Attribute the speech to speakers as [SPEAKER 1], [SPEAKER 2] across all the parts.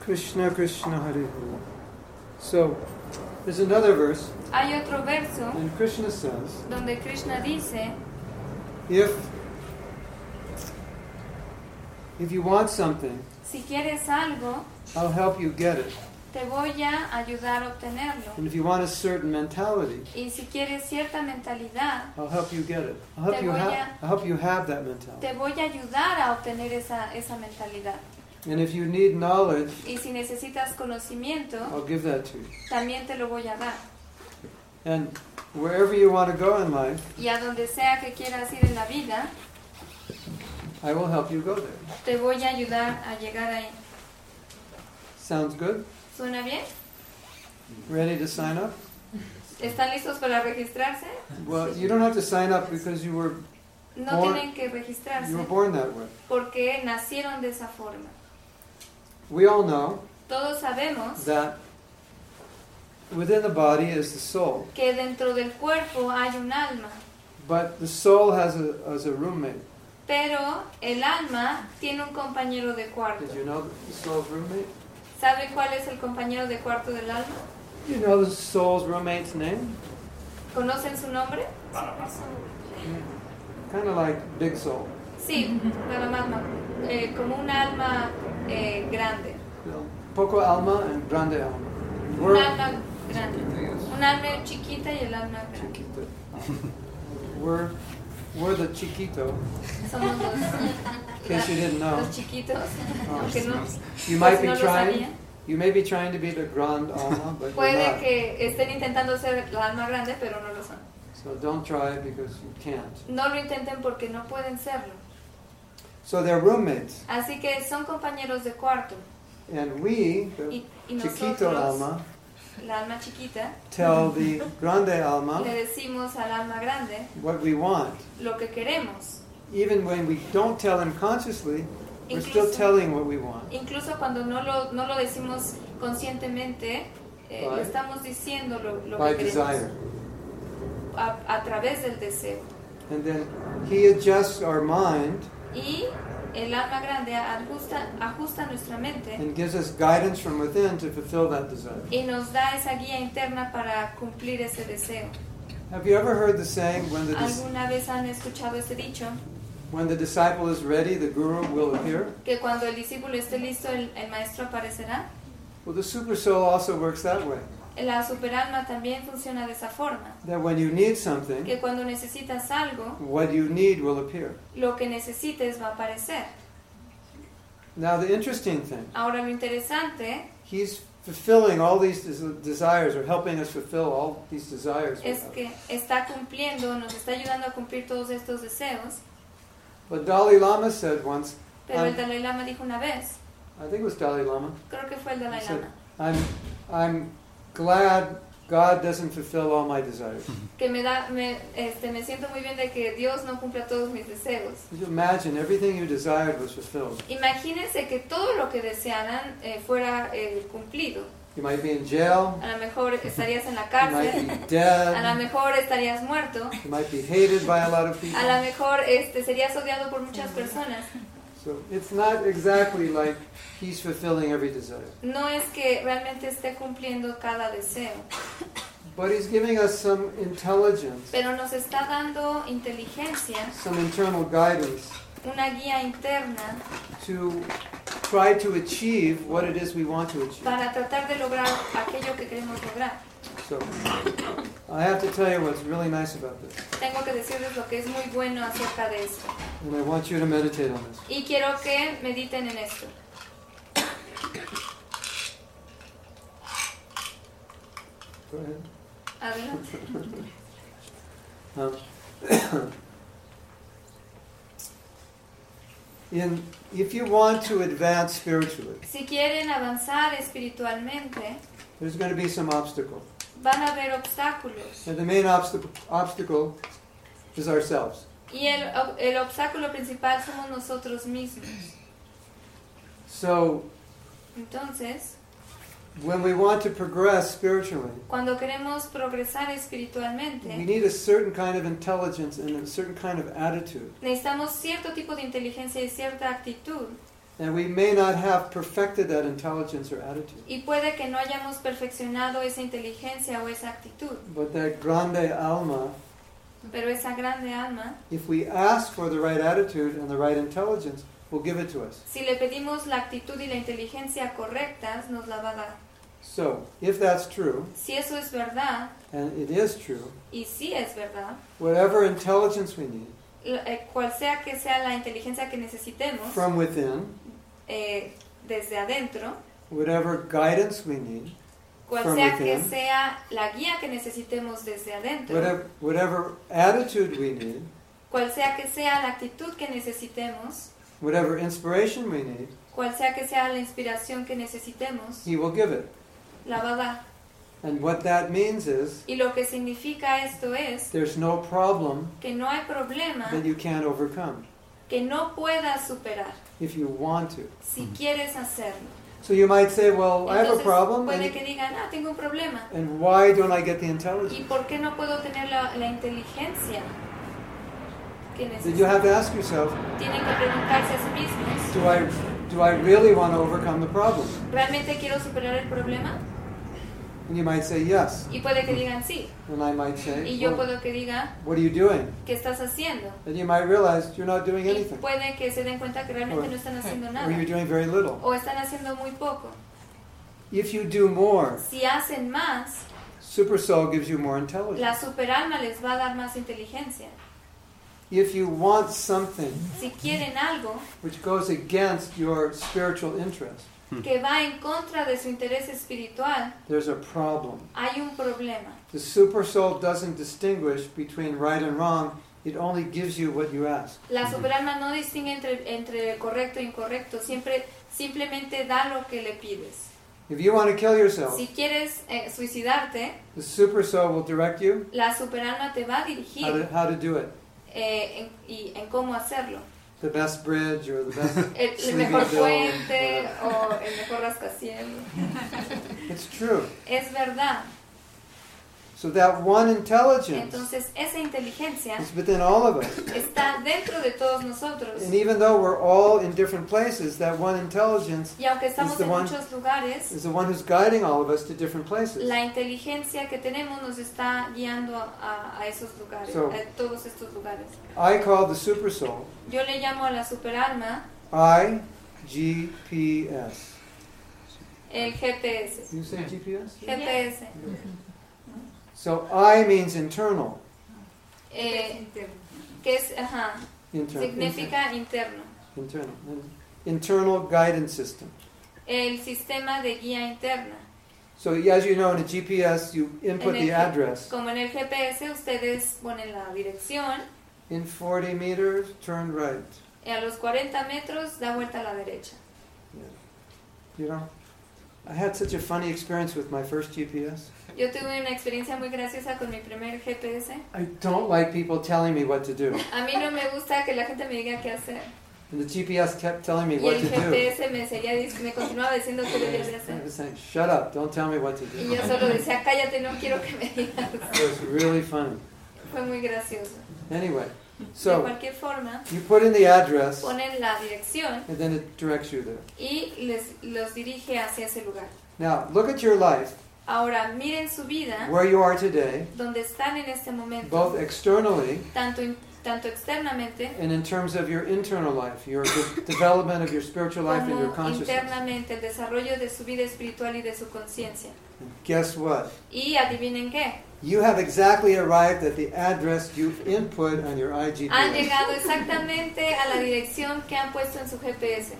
[SPEAKER 1] Krishna Krishna Hare Hare. So, there's another verse,
[SPEAKER 2] Hay otro verso
[SPEAKER 1] and Krishna says,
[SPEAKER 2] donde Krishna dice,
[SPEAKER 1] if if you want something,
[SPEAKER 2] si quieres algo,
[SPEAKER 1] I'll help you get it.
[SPEAKER 2] te voy a ayudar a obtenerlo.
[SPEAKER 1] And if you want a certain mentality,
[SPEAKER 2] Y si quieres cierta mentalidad,
[SPEAKER 1] I'll help you get it. I'll help
[SPEAKER 2] Te
[SPEAKER 1] you
[SPEAKER 2] voy
[SPEAKER 1] have
[SPEAKER 2] a-
[SPEAKER 1] I'll help you have that mentality.
[SPEAKER 2] te voy a ayudar a obtener esa, esa mentalidad.
[SPEAKER 1] And if you need knowledge,
[SPEAKER 2] Y si necesitas conocimiento,
[SPEAKER 1] I'll give that to you.
[SPEAKER 2] también te lo voy a dar.
[SPEAKER 1] And wherever you want to go in life,
[SPEAKER 2] Y a donde sea que quieras ir en la vida,
[SPEAKER 1] I will help you go there.
[SPEAKER 2] te voy a ayudar a llegar ahí.
[SPEAKER 1] Sounds good?
[SPEAKER 2] ¿Suena bien?
[SPEAKER 1] Ready to sign up?
[SPEAKER 2] ¿Están listos para registrarse?
[SPEAKER 1] Well, you don't have to sign up because you were
[SPEAKER 2] No
[SPEAKER 1] Born-
[SPEAKER 2] tienen que registrarse
[SPEAKER 1] you were born that way.
[SPEAKER 2] porque nacieron de esa forma.
[SPEAKER 1] We all know
[SPEAKER 2] Todos sabemos
[SPEAKER 1] that within the body is the soul,
[SPEAKER 2] que dentro del cuerpo hay un alma,
[SPEAKER 1] but the soul has a as a roommate.
[SPEAKER 2] pero el alma tiene un compañero de cuarto.
[SPEAKER 1] Did you know the soul's roommate?
[SPEAKER 2] ¿Sabe cuál es el compañero de cuarto del alma?
[SPEAKER 1] You know the soul's roommate's name?
[SPEAKER 2] ¿Conocen su nombre?
[SPEAKER 1] Kind of like Big Soul.
[SPEAKER 2] Sí, Paramatma, eh, como un alma eh, grande,
[SPEAKER 1] Poco alma and grande alma.
[SPEAKER 2] un
[SPEAKER 1] We're,
[SPEAKER 2] alma grande, un alma chiquita y el alma grande.
[SPEAKER 1] chiquito. we're, we're the chiquito,
[SPEAKER 2] Somos los,
[SPEAKER 1] in case you didn't know.
[SPEAKER 2] los chiquitos, aunque no, pues
[SPEAKER 1] You might be
[SPEAKER 2] no lo
[SPEAKER 1] trying,
[SPEAKER 2] sabían.
[SPEAKER 1] you may be trying to be the grand alma, but you're
[SPEAKER 2] Puede
[SPEAKER 1] not.
[SPEAKER 2] que estén intentando ser el alma grande, pero no lo son.
[SPEAKER 1] So don't try because you can't.
[SPEAKER 2] No lo intenten porque no pueden serlo.
[SPEAKER 1] So they're roommates,
[SPEAKER 2] Así que son compañeros de cuarto.
[SPEAKER 1] and we, the
[SPEAKER 2] Y, y
[SPEAKER 1] chiquito
[SPEAKER 2] nosotros,
[SPEAKER 1] alma,
[SPEAKER 2] la alma chiquita,
[SPEAKER 1] tell the grande
[SPEAKER 2] le
[SPEAKER 1] alma
[SPEAKER 2] decimos al alma grande
[SPEAKER 1] what we want.
[SPEAKER 2] lo que queremos.
[SPEAKER 1] Even when we don't tell them consciously, we're still
[SPEAKER 2] Incluso-
[SPEAKER 1] telling what we want.
[SPEAKER 2] Incluso cuando no lo, no lo decimos conscientemente, eh,
[SPEAKER 1] By-
[SPEAKER 2] le estamos diciendo lo, lo
[SPEAKER 1] By
[SPEAKER 2] que queremos
[SPEAKER 1] desire.
[SPEAKER 2] a, a través del deseo.
[SPEAKER 1] And then he adjusts our mind
[SPEAKER 2] Y el alma grande ajusta, ajusta nuestra mente
[SPEAKER 1] and gives us guidance from within to fulfill that desire.
[SPEAKER 2] y nos da esa guía interna para cumplir ese deseo.
[SPEAKER 1] Have you ever heard the saying, when the, dis-
[SPEAKER 2] ¿Alguna vez han escuchado este dicho?
[SPEAKER 1] when the disciple is ready, the guru will appear?
[SPEAKER 2] Que cuando el discípulo esté listo, el, el maestro aparecerá.
[SPEAKER 1] Well, the super soul also works that way.
[SPEAKER 2] La superalma también funciona de esa forma.
[SPEAKER 1] That when you need something,
[SPEAKER 2] Que cuando necesitas algo,
[SPEAKER 1] what you need will appear.
[SPEAKER 2] lo que necesites va a aparecer.
[SPEAKER 1] Now, the interesting thing,
[SPEAKER 2] Ahora lo interesante
[SPEAKER 1] he's fulfilling all these des- desires or helping us fulfill all these desires. we
[SPEAKER 2] es
[SPEAKER 1] have.
[SPEAKER 2] que está cumpliendo, nos está ayudando a cumplir todos estos deseos.
[SPEAKER 1] But Dalai Lama said once,
[SPEAKER 2] Pero
[SPEAKER 1] Ah.
[SPEAKER 2] el Dalai Lama dijo una vez,
[SPEAKER 1] I think it was Dalai Lama,
[SPEAKER 2] creo que fue el Dalai
[SPEAKER 1] he said,
[SPEAKER 2] Lama,
[SPEAKER 1] I'm, I'm glad God doesn't fulfill all my desires.
[SPEAKER 2] que me da, me, este, me siento muy bien de que Dios no cumpla todos mis deseos.
[SPEAKER 1] Could you imagine everything you desired was fulfilled?
[SPEAKER 2] Imagínense que todo lo que desearan eh, fuera eh, cumplido.
[SPEAKER 1] You might be in jail,
[SPEAKER 2] A lo mejor estarías en la
[SPEAKER 1] you might
[SPEAKER 2] cárcel,
[SPEAKER 1] be
[SPEAKER 2] a
[SPEAKER 1] dead,
[SPEAKER 2] lo mejor estarías muerto,
[SPEAKER 1] you might be hated by a lot of people.
[SPEAKER 2] a lo mejor este, serías odiado por muchas personas.
[SPEAKER 1] So it's not exactly like he's fulfilling every desire.
[SPEAKER 2] No es que realmente esté cumpliendo cada deseo,
[SPEAKER 1] But he's giving us some intelligence,
[SPEAKER 2] pero nos está dando inteligencia
[SPEAKER 1] some internal guidance
[SPEAKER 2] una guía interna
[SPEAKER 1] to try to achieve what it is we want to achieve.
[SPEAKER 2] para tratar de lograr aquello que queremos lograr.
[SPEAKER 1] So I have to tell you what's really nice about this,
[SPEAKER 2] Tengo que decirles lo que es muy bueno acerca de esto.
[SPEAKER 1] and I want you to meditate on this.
[SPEAKER 2] Y quiero que mediten en esto.
[SPEAKER 1] Go ahead.
[SPEAKER 2] Adelante.
[SPEAKER 1] Um, in, if you want to advance spiritually,
[SPEAKER 2] Si quieren avanzar espiritualmente,
[SPEAKER 1] there's going to be some obstacle.
[SPEAKER 2] van a haber obstáculos.
[SPEAKER 1] And the main obstacle, obstacle is ourselves.
[SPEAKER 2] Y el, ob- el obstáculo principal somos nosotros mismos.
[SPEAKER 1] So
[SPEAKER 2] Entonces,
[SPEAKER 1] when we want to progress spiritually,
[SPEAKER 2] cuando queremos progresar
[SPEAKER 1] we
[SPEAKER 2] espiritualmente,
[SPEAKER 1] need a certain kind of intelligence and a certain kind of attitude.
[SPEAKER 2] necesitamos cierto tipo de inteligencia y cierta actitud.
[SPEAKER 1] And we may not have perfected that intelligence or attitude,
[SPEAKER 2] Y puede que no hayamos perfeccionado esa inteligencia o esa actitud,
[SPEAKER 1] but that grande alma,
[SPEAKER 2] pero esa grande alma,
[SPEAKER 1] if we ask for the right attitude and the right intelligence, will give it to us.
[SPEAKER 2] si le pedimos la actitud y la inteligencia correctas, nos la va a dar.
[SPEAKER 1] So, if that's true,
[SPEAKER 2] Si eso es verdad,
[SPEAKER 1] and it is true,
[SPEAKER 2] y sí es verdad,
[SPEAKER 1] whatever intelligence we need
[SPEAKER 2] la- eh, cual sea que sea la inteligencia que necesitemos
[SPEAKER 1] from within,
[SPEAKER 2] eh, desde adentro,
[SPEAKER 1] whatever guidance we need,
[SPEAKER 2] cual
[SPEAKER 1] From
[SPEAKER 2] sea que
[SPEAKER 1] within.
[SPEAKER 2] sea la guía que necesitemos desde adentro,
[SPEAKER 1] whatever, whatever attitude we need,
[SPEAKER 2] cual sea que sea la actitud que necesitemos,
[SPEAKER 1] whatever inspiration we need,
[SPEAKER 2] cual sea que sea la inspiración que necesitemos,
[SPEAKER 1] He will give it.
[SPEAKER 2] la va a dar.
[SPEAKER 1] And what that means is
[SPEAKER 2] Y lo que significa esto es
[SPEAKER 1] there's no problem
[SPEAKER 2] que no hay problema
[SPEAKER 1] that you can't overcome
[SPEAKER 2] que no puedas superar
[SPEAKER 1] if you want to.
[SPEAKER 2] si quieres hacerlo.
[SPEAKER 1] So you might say, well, Oh, I have a
[SPEAKER 2] Entonces
[SPEAKER 1] problem,
[SPEAKER 2] puede
[SPEAKER 1] and,
[SPEAKER 2] que digan, ah, tengo un problema.
[SPEAKER 1] and why don't I get the intelligence?
[SPEAKER 2] ¿Y por qué no puedo tener la, la inteligencia que
[SPEAKER 1] Then you have
[SPEAKER 2] necesito?
[SPEAKER 1] to ask yourself,
[SPEAKER 2] Tienen que preguntarse a sí mismos,
[SPEAKER 1] do I, do I really want to overcome the problem?
[SPEAKER 2] ¿realmente quiero superar el problema?
[SPEAKER 1] And you might say, yes.
[SPEAKER 2] Y puede que digan sí.
[SPEAKER 1] And I might say,
[SPEAKER 2] Y yo
[SPEAKER 1] "Well,
[SPEAKER 2] puedo que diga,
[SPEAKER 1] what are you doing?
[SPEAKER 2] ¿qué estás haciendo?
[SPEAKER 1] And you might realize you're not doing
[SPEAKER 2] Y
[SPEAKER 1] anything,
[SPEAKER 2] puede que se den cuenta que realmente
[SPEAKER 1] Or-
[SPEAKER 2] no están haciendo
[SPEAKER 1] or
[SPEAKER 2] nada.
[SPEAKER 1] you're doing very little.
[SPEAKER 2] O están haciendo muy poco.
[SPEAKER 1] If you do more,
[SPEAKER 2] Si hacen más,
[SPEAKER 1] Super Soul gives you more intelligence.
[SPEAKER 2] la superalma les va a dar más inteligencia.
[SPEAKER 1] If you want something
[SPEAKER 2] Si quieren algo
[SPEAKER 1] which goes against your spiritual interest,
[SPEAKER 2] que va en contra de su interés espiritual,
[SPEAKER 1] there's a problem.
[SPEAKER 2] hay un problema.
[SPEAKER 1] The super soul doesn't distinguish between right and wrong. It only gives you what you ask.
[SPEAKER 2] La superalma no distingue entre, entre correcto e incorrecto, siempre simplemente da lo que le pides.
[SPEAKER 1] If you want to kill yourself,
[SPEAKER 2] Si quieres eh, suicidarte,
[SPEAKER 1] the super soul will direct you
[SPEAKER 2] la superalma te va a
[SPEAKER 1] how to,
[SPEAKER 2] dirigir
[SPEAKER 1] how to do it.
[SPEAKER 2] eh, en- y en cómo hacerlo.
[SPEAKER 1] The best bridge or the best.
[SPEAKER 2] El, el
[SPEAKER 1] Sleeping
[SPEAKER 2] mejor
[SPEAKER 1] Bill,
[SPEAKER 2] puente o el mejor rascacielos.
[SPEAKER 1] it's true.
[SPEAKER 2] Es verdad.
[SPEAKER 1] So that one intelligence
[SPEAKER 2] Entonces esa inteligencia
[SPEAKER 1] is within all of us.
[SPEAKER 2] está dentro de todos nosotros.
[SPEAKER 1] And even though we're all in different places, that one intelligence
[SPEAKER 2] Y aunque estamos
[SPEAKER 1] the
[SPEAKER 2] en
[SPEAKER 1] one-
[SPEAKER 2] muchos lugares,
[SPEAKER 1] is the one who's guiding all of us to different places.
[SPEAKER 2] la inteligencia que tenemos nos está guiando a- a, a esos lugares,
[SPEAKER 1] So-
[SPEAKER 2] a todos estos lugares.
[SPEAKER 1] I call the super soul
[SPEAKER 2] Yo le llamo a la superalma
[SPEAKER 1] I G P S.
[SPEAKER 2] el GPS.
[SPEAKER 1] You say GPS?
[SPEAKER 2] GPS.
[SPEAKER 1] So I means internal.
[SPEAKER 2] eh, que es, ajá,
[SPEAKER 1] Internal.
[SPEAKER 2] significa interno.
[SPEAKER 1] internal. Internal guidance system.
[SPEAKER 2] El sistema de guía interna.
[SPEAKER 1] So as you know, in a GPS, you input the
[SPEAKER 2] Energy.
[SPEAKER 1] address.
[SPEAKER 2] Como en el GPS, ustedes ponen la dirección,
[SPEAKER 1] In 40 meters, turn right.
[SPEAKER 2] y a los 40 metros da vuelta a la derecha.
[SPEAKER 1] Yeah. You know, I had such a funny experience with my first GPS.
[SPEAKER 2] Yo tuve una experiencia muy graciosa con mi primer GPS.
[SPEAKER 1] I don't like people telling me what to do,
[SPEAKER 2] A mí no me gusta que la gente me diga qué hacer.
[SPEAKER 1] and the GPS kept telling me
[SPEAKER 2] Y
[SPEAKER 1] what
[SPEAKER 2] el
[SPEAKER 1] to do.
[SPEAKER 2] GPS me, seguía, dic- me continuaba diciendo qué debía de
[SPEAKER 1] I
[SPEAKER 2] hacer.
[SPEAKER 1] was saying, "Shut up! Don't tell me what to
[SPEAKER 2] Y
[SPEAKER 1] do."
[SPEAKER 2] yo solo decía, cállate, no quiero que me digas.
[SPEAKER 1] It was really funny.
[SPEAKER 2] Fue muy gracioso.
[SPEAKER 1] Anyway,
[SPEAKER 2] De
[SPEAKER 1] so
[SPEAKER 2] cualquier forma,
[SPEAKER 1] you put in the address,
[SPEAKER 2] ponen la dirección
[SPEAKER 1] and then it directs you there.
[SPEAKER 2] y les, los dirige hacia ese lugar.
[SPEAKER 1] Now, look at your life,
[SPEAKER 2] Ahora, miren su vida,
[SPEAKER 1] where you are today,
[SPEAKER 2] donde están en este
[SPEAKER 1] both
[SPEAKER 2] momento,
[SPEAKER 1] externally
[SPEAKER 2] tanto, in- tanto externamente
[SPEAKER 1] and in terms of your internal life, your de- development of your spiritual life and your
[SPEAKER 2] como
[SPEAKER 1] consciousness.
[SPEAKER 2] internamente, el desarrollo de su vida espiritual y de su conciencia.
[SPEAKER 1] Guess what?
[SPEAKER 2] Y adivinen qué,
[SPEAKER 1] You have exactly arrived at the address you input on your
[SPEAKER 2] han
[SPEAKER 1] iGPS.
[SPEAKER 2] llegado exactamente a la dirección que han puesto en su GPS.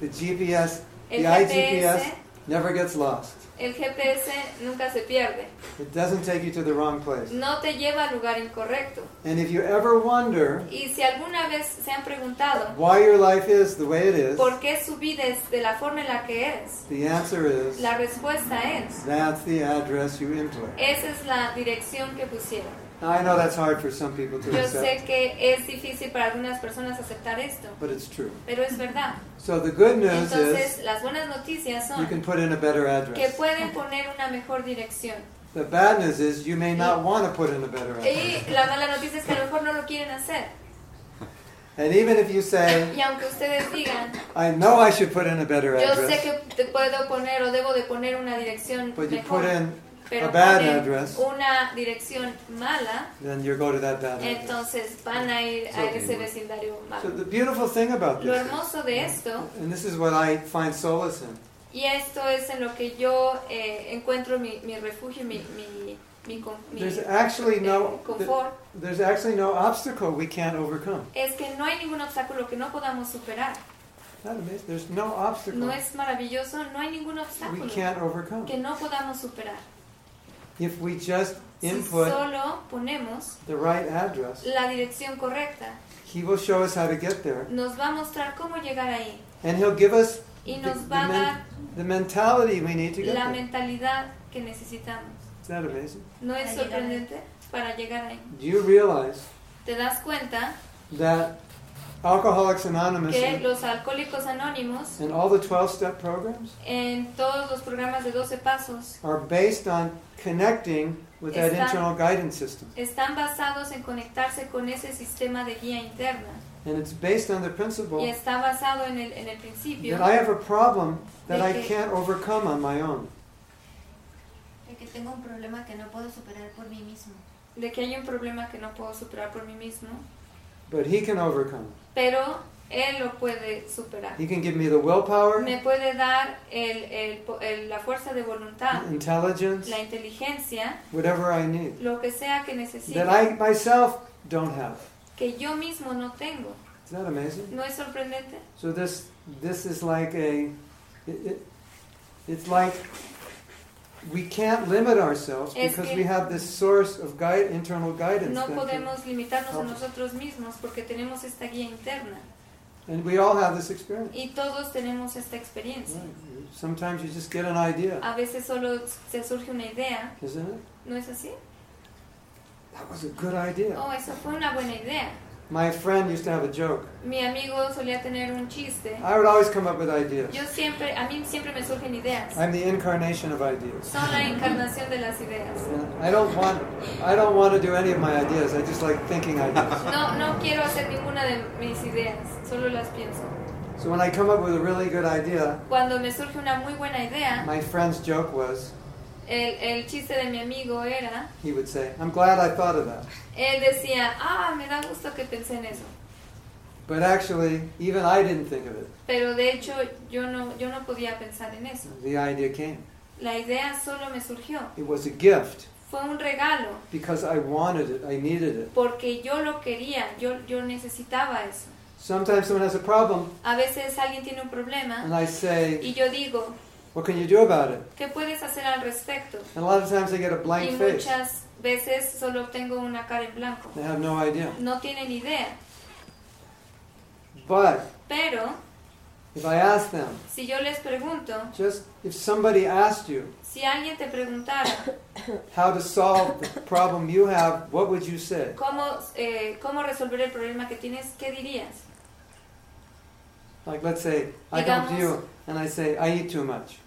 [SPEAKER 1] The GPS
[SPEAKER 2] El
[SPEAKER 1] The
[SPEAKER 2] GPS,
[SPEAKER 1] iGPS. never gets lost.
[SPEAKER 2] el GPS nunca se pierde,
[SPEAKER 1] It doesn't take you to the wrong place.
[SPEAKER 2] no te lleva al lugar incorrecto.
[SPEAKER 1] And if you ever wonder
[SPEAKER 2] Y si alguna vez se han preguntado
[SPEAKER 1] why your life is the way it is,
[SPEAKER 2] por qué su vida es de la forma en la que es,
[SPEAKER 1] the answer is
[SPEAKER 2] la Eh, respuesta es,
[SPEAKER 1] that's the address you input.
[SPEAKER 2] esa es la dirección que pusieron.
[SPEAKER 1] Now, I know that's hard for some people to
[SPEAKER 2] Yo
[SPEAKER 1] accept,
[SPEAKER 2] sé que es difícil para algunas personas aceptar esto,
[SPEAKER 1] but it's true.
[SPEAKER 2] pero es verdad.
[SPEAKER 1] So the good news is
[SPEAKER 2] Entonces, las buenas noticias
[SPEAKER 1] you
[SPEAKER 2] son
[SPEAKER 1] can put in a better
[SPEAKER 2] que
[SPEAKER 1] address.
[SPEAKER 2] pueden poner una mejor dirección.
[SPEAKER 1] The bad news is you may not want to put in a better address.
[SPEAKER 2] Y la mala noticia es que a lo mejor no lo quieren hacer.
[SPEAKER 1] And even if you say,
[SPEAKER 2] Y aunque ustedes digan,
[SPEAKER 1] I know I should put in a better
[SPEAKER 2] yo sé
[SPEAKER 1] address,
[SPEAKER 2] que te puedo poner o debo de poner una dirección
[SPEAKER 1] but you put
[SPEAKER 2] mejor,
[SPEAKER 1] in a
[SPEAKER 2] pero
[SPEAKER 1] bad
[SPEAKER 2] ponen
[SPEAKER 1] address.
[SPEAKER 2] una dirección mala,
[SPEAKER 1] then you go to that bad address.
[SPEAKER 2] entonces van a ir a ese vecindario
[SPEAKER 1] So
[SPEAKER 2] malo.
[SPEAKER 1] the beautiful thing about
[SPEAKER 2] Lo
[SPEAKER 1] this,
[SPEAKER 2] hermoso de esto,
[SPEAKER 1] and this is what I find solace in,
[SPEAKER 2] y esto es en lo que yo eh, encuentro mi, mi refugio, mi, mi, mi, con- mi,
[SPEAKER 1] there's actually
[SPEAKER 2] eh,
[SPEAKER 1] no th-
[SPEAKER 2] confort,
[SPEAKER 1] there's actually no obstacle we can't overcome.
[SPEAKER 2] es que no hay ningún obstáculo que no podamos superar.
[SPEAKER 1] That amazing. There's no
[SPEAKER 2] No
[SPEAKER 1] obstacle
[SPEAKER 2] es maravilloso, no hay ningún
[SPEAKER 1] we
[SPEAKER 2] obstáculo
[SPEAKER 1] can't overcome
[SPEAKER 2] que no podamos superar.
[SPEAKER 1] if we just
[SPEAKER 2] Si
[SPEAKER 1] input
[SPEAKER 2] solo ponemos
[SPEAKER 1] the right address.
[SPEAKER 2] la dirección correcta,
[SPEAKER 1] He will show us how to get there,
[SPEAKER 2] nos va a mostrar cómo llegar ahí
[SPEAKER 1] and he'll give us
[SPEAKER 2] y
[SPEAKER 1] the,
[SPEAKER 2] nos
[SPEAKER 1] the
[SPEAKER 2] va a
[SPEAKER 1] men-
[SPEAKER 2] dar
[SPEAKER 1] the mentality we need to get
[SPEAKER 2] la
[SPEAKER 1] there.
[SPEAKER 2] mentalidad que necesitamos.
[SPEAKER 1] Isn't that amazing?
[SPEAKER 2] ¿No es
[SPEAKER 3] Para llegar ahí.
[SPEAKER 2] sorprendente? Para llegar ahí.
[SPEAKER 1] Do you realize
[SPEAKER 2] Te das cuenta
[SPEAKER 1] that Alcoholics Anonymous
[SPEAKER 2] que
[SPEAKER 1] and,
[SPEAKER 2] los alcohólicos anónimos
[SPEAKER 1] and all the 12-step programs
[SPEAKER 2] en todos los programas de 12 pasos
[SPEAKER 1] are based on connecting with that
[SPEAKER 2] Está-
[SPEAKER 1] internal guidance system.
[SPEAKER 2] están basados en conectarse con ese sistema de guía interna
[SPEAKER 1] And it's based on the
[SPEAKER 2] y
[SPEAKER 1] principle
[SPEAKER 2] está basado en el, en el principio
[SPEAKER 1] that I have Oh. a problem that
[SPEAKER 2] De
[SPEAKER 1] I
[SPEAKER 2] que-
[SPEAKER 1] can't overcome on my own.
[SPEAKER 3] De que tengo un problema que no puedo superar por mí mismo.
[SPEAKER 2] de que hay un problema que no puedo superar por mí mismo,
[SPEAKER 1] But he can overcome.
[SPEAKER 2] pero él lo puede superar.
[SPEAKER 1] He can give me the willpower,
[SPEAKER 2] Me puede dar el- el po- el- la fuerza de voluntad,
[SPEAKER 1] intelligence,
[SPEAKER 2] la inteligencia,
[SPEAKER 1] whatever I need
[SPEAKER 2] lo que sea que
[SPEAKER 1] that
[SPEAKER 2] necesite,
[SPEAKER 1] I myself don't have.
[SPEAKER 2] que yo mismo no tengo.
[SPEAKER 1] Is that amazing?
[SPEAKER 2] ¿No es sorprendente?
[SPEAKER 1] So this this is like a it, it, it's like we can't limit ourselves
[SPEAKER 2] Es
[SPEAKER 1] because
[SPEAKER 2] que-
[SPEAKER 1] we have this source of guide, internal guidance.
[SPEAKER 2] No
[SPEAKER 1] that can-
[SPEAKER 2] podemos limitarnos a
[SPEAKER 1] Vamos.
[SPEAKER 2] nosotros mismos porque tenemos esta guía interna
[SPEAKER 1] and we all have this experience.
[SPEAKER 2] y todos tenemos esta experiencia.
[SPEAKER 1] Right. Sometimes you just get an idea,
[SPEAKER 2] A veces solo se surge una idea,
[SPEAKER 1] isn't it?
[SPEAKER 2] ¿no es así?
[SPEAKER 1] That was a good idea.
[SPEAKER 2] Oh, eso fue una buena idea.
[SPEAKER 1] My friend used to have a joke.
[SPEAKER 2] Mi amigo solía tener un chiste.
[SPEAKER 1] I would always come up with ideas.
[SPEAKER 2] Yo siempre, a mí siempre me surgen ideas.
[SPEAKER 1] I'm the incarnation of ideas.
[SPEAKER 2] Son la encarnación de las ideas.
[SPEAKER 1] And I don't want I don't want to do any of my ideas. I just like thinking ideas.
[SPEAKER 2] No, no quiero hacer ninguna de mis ideas, solo las pienso.
[SPEAKER 1] so when I come up with a really good idea,
[SPEAKER 2] Cuando me surge una muy buena idea,
[SPEAKER 1] my friend's joke was
[SPEAKER 2] el, el chiste de mi amigo era,
[SPEAKER 1] he would say, I'm glad I thought of that.
[SPEAKER 2] él decía, ah, me da gusto que pensé en eso.
[SPEAKER 1] But actually, even I didn't think of it.
[SPEAKER 2] Pero de hecho yo no, yo no podía pensar en eso.
[SPEAKER 1] The idea came.
[SPEAKER 2] La idea solo me surgió.
[SPEAKER 1] It was a gift
[SPEAKER 2] Fue un regalo,
[SPEAKER 1] because I wanted it, I needed it.
[SPEAKER 2] porque yo lo quería, yo, yo necesitaba eso.
[SPEAKER 1] Sometimes someone has a problem
[SPEAKER 2] A veces alguien tiene un problema
[SPEAKER 1] and I say,
[SPEAKER 2] y yo digo,
[SPEAKER 1] What can you do about it?
[SPEAKER 2] ¿qué puedes hacer al respecto?
[SPEAKER 1] And a lot of times they get a
[SPEAKER 2] Y
[SPEAKER 1] blank face.
[SPEAKER 2] muchas veces solo tengo una cara en blanco.
[SPEAKER 1] They have no idea.
[SPEAKER 2] No tienen idea.
[SPEAKER 1] But
[SPEAKER 2] Pero
[SPEAKER 1] if I ask them,
[SPEAKER 2] si yo les pregunto,
[SPEAKER 1] just if somebody asked you
[SPEAKER 2] si alguien te preguntara
[SPEAKER 1] how to solve the problem you have, what would you say?
[SPEAKER 2] cómo, eh, cómo resolver el problema que tienes, ¿qué dirías?
[SPEAKER 1] Like, let's say, I come to you and I say, I eat too much.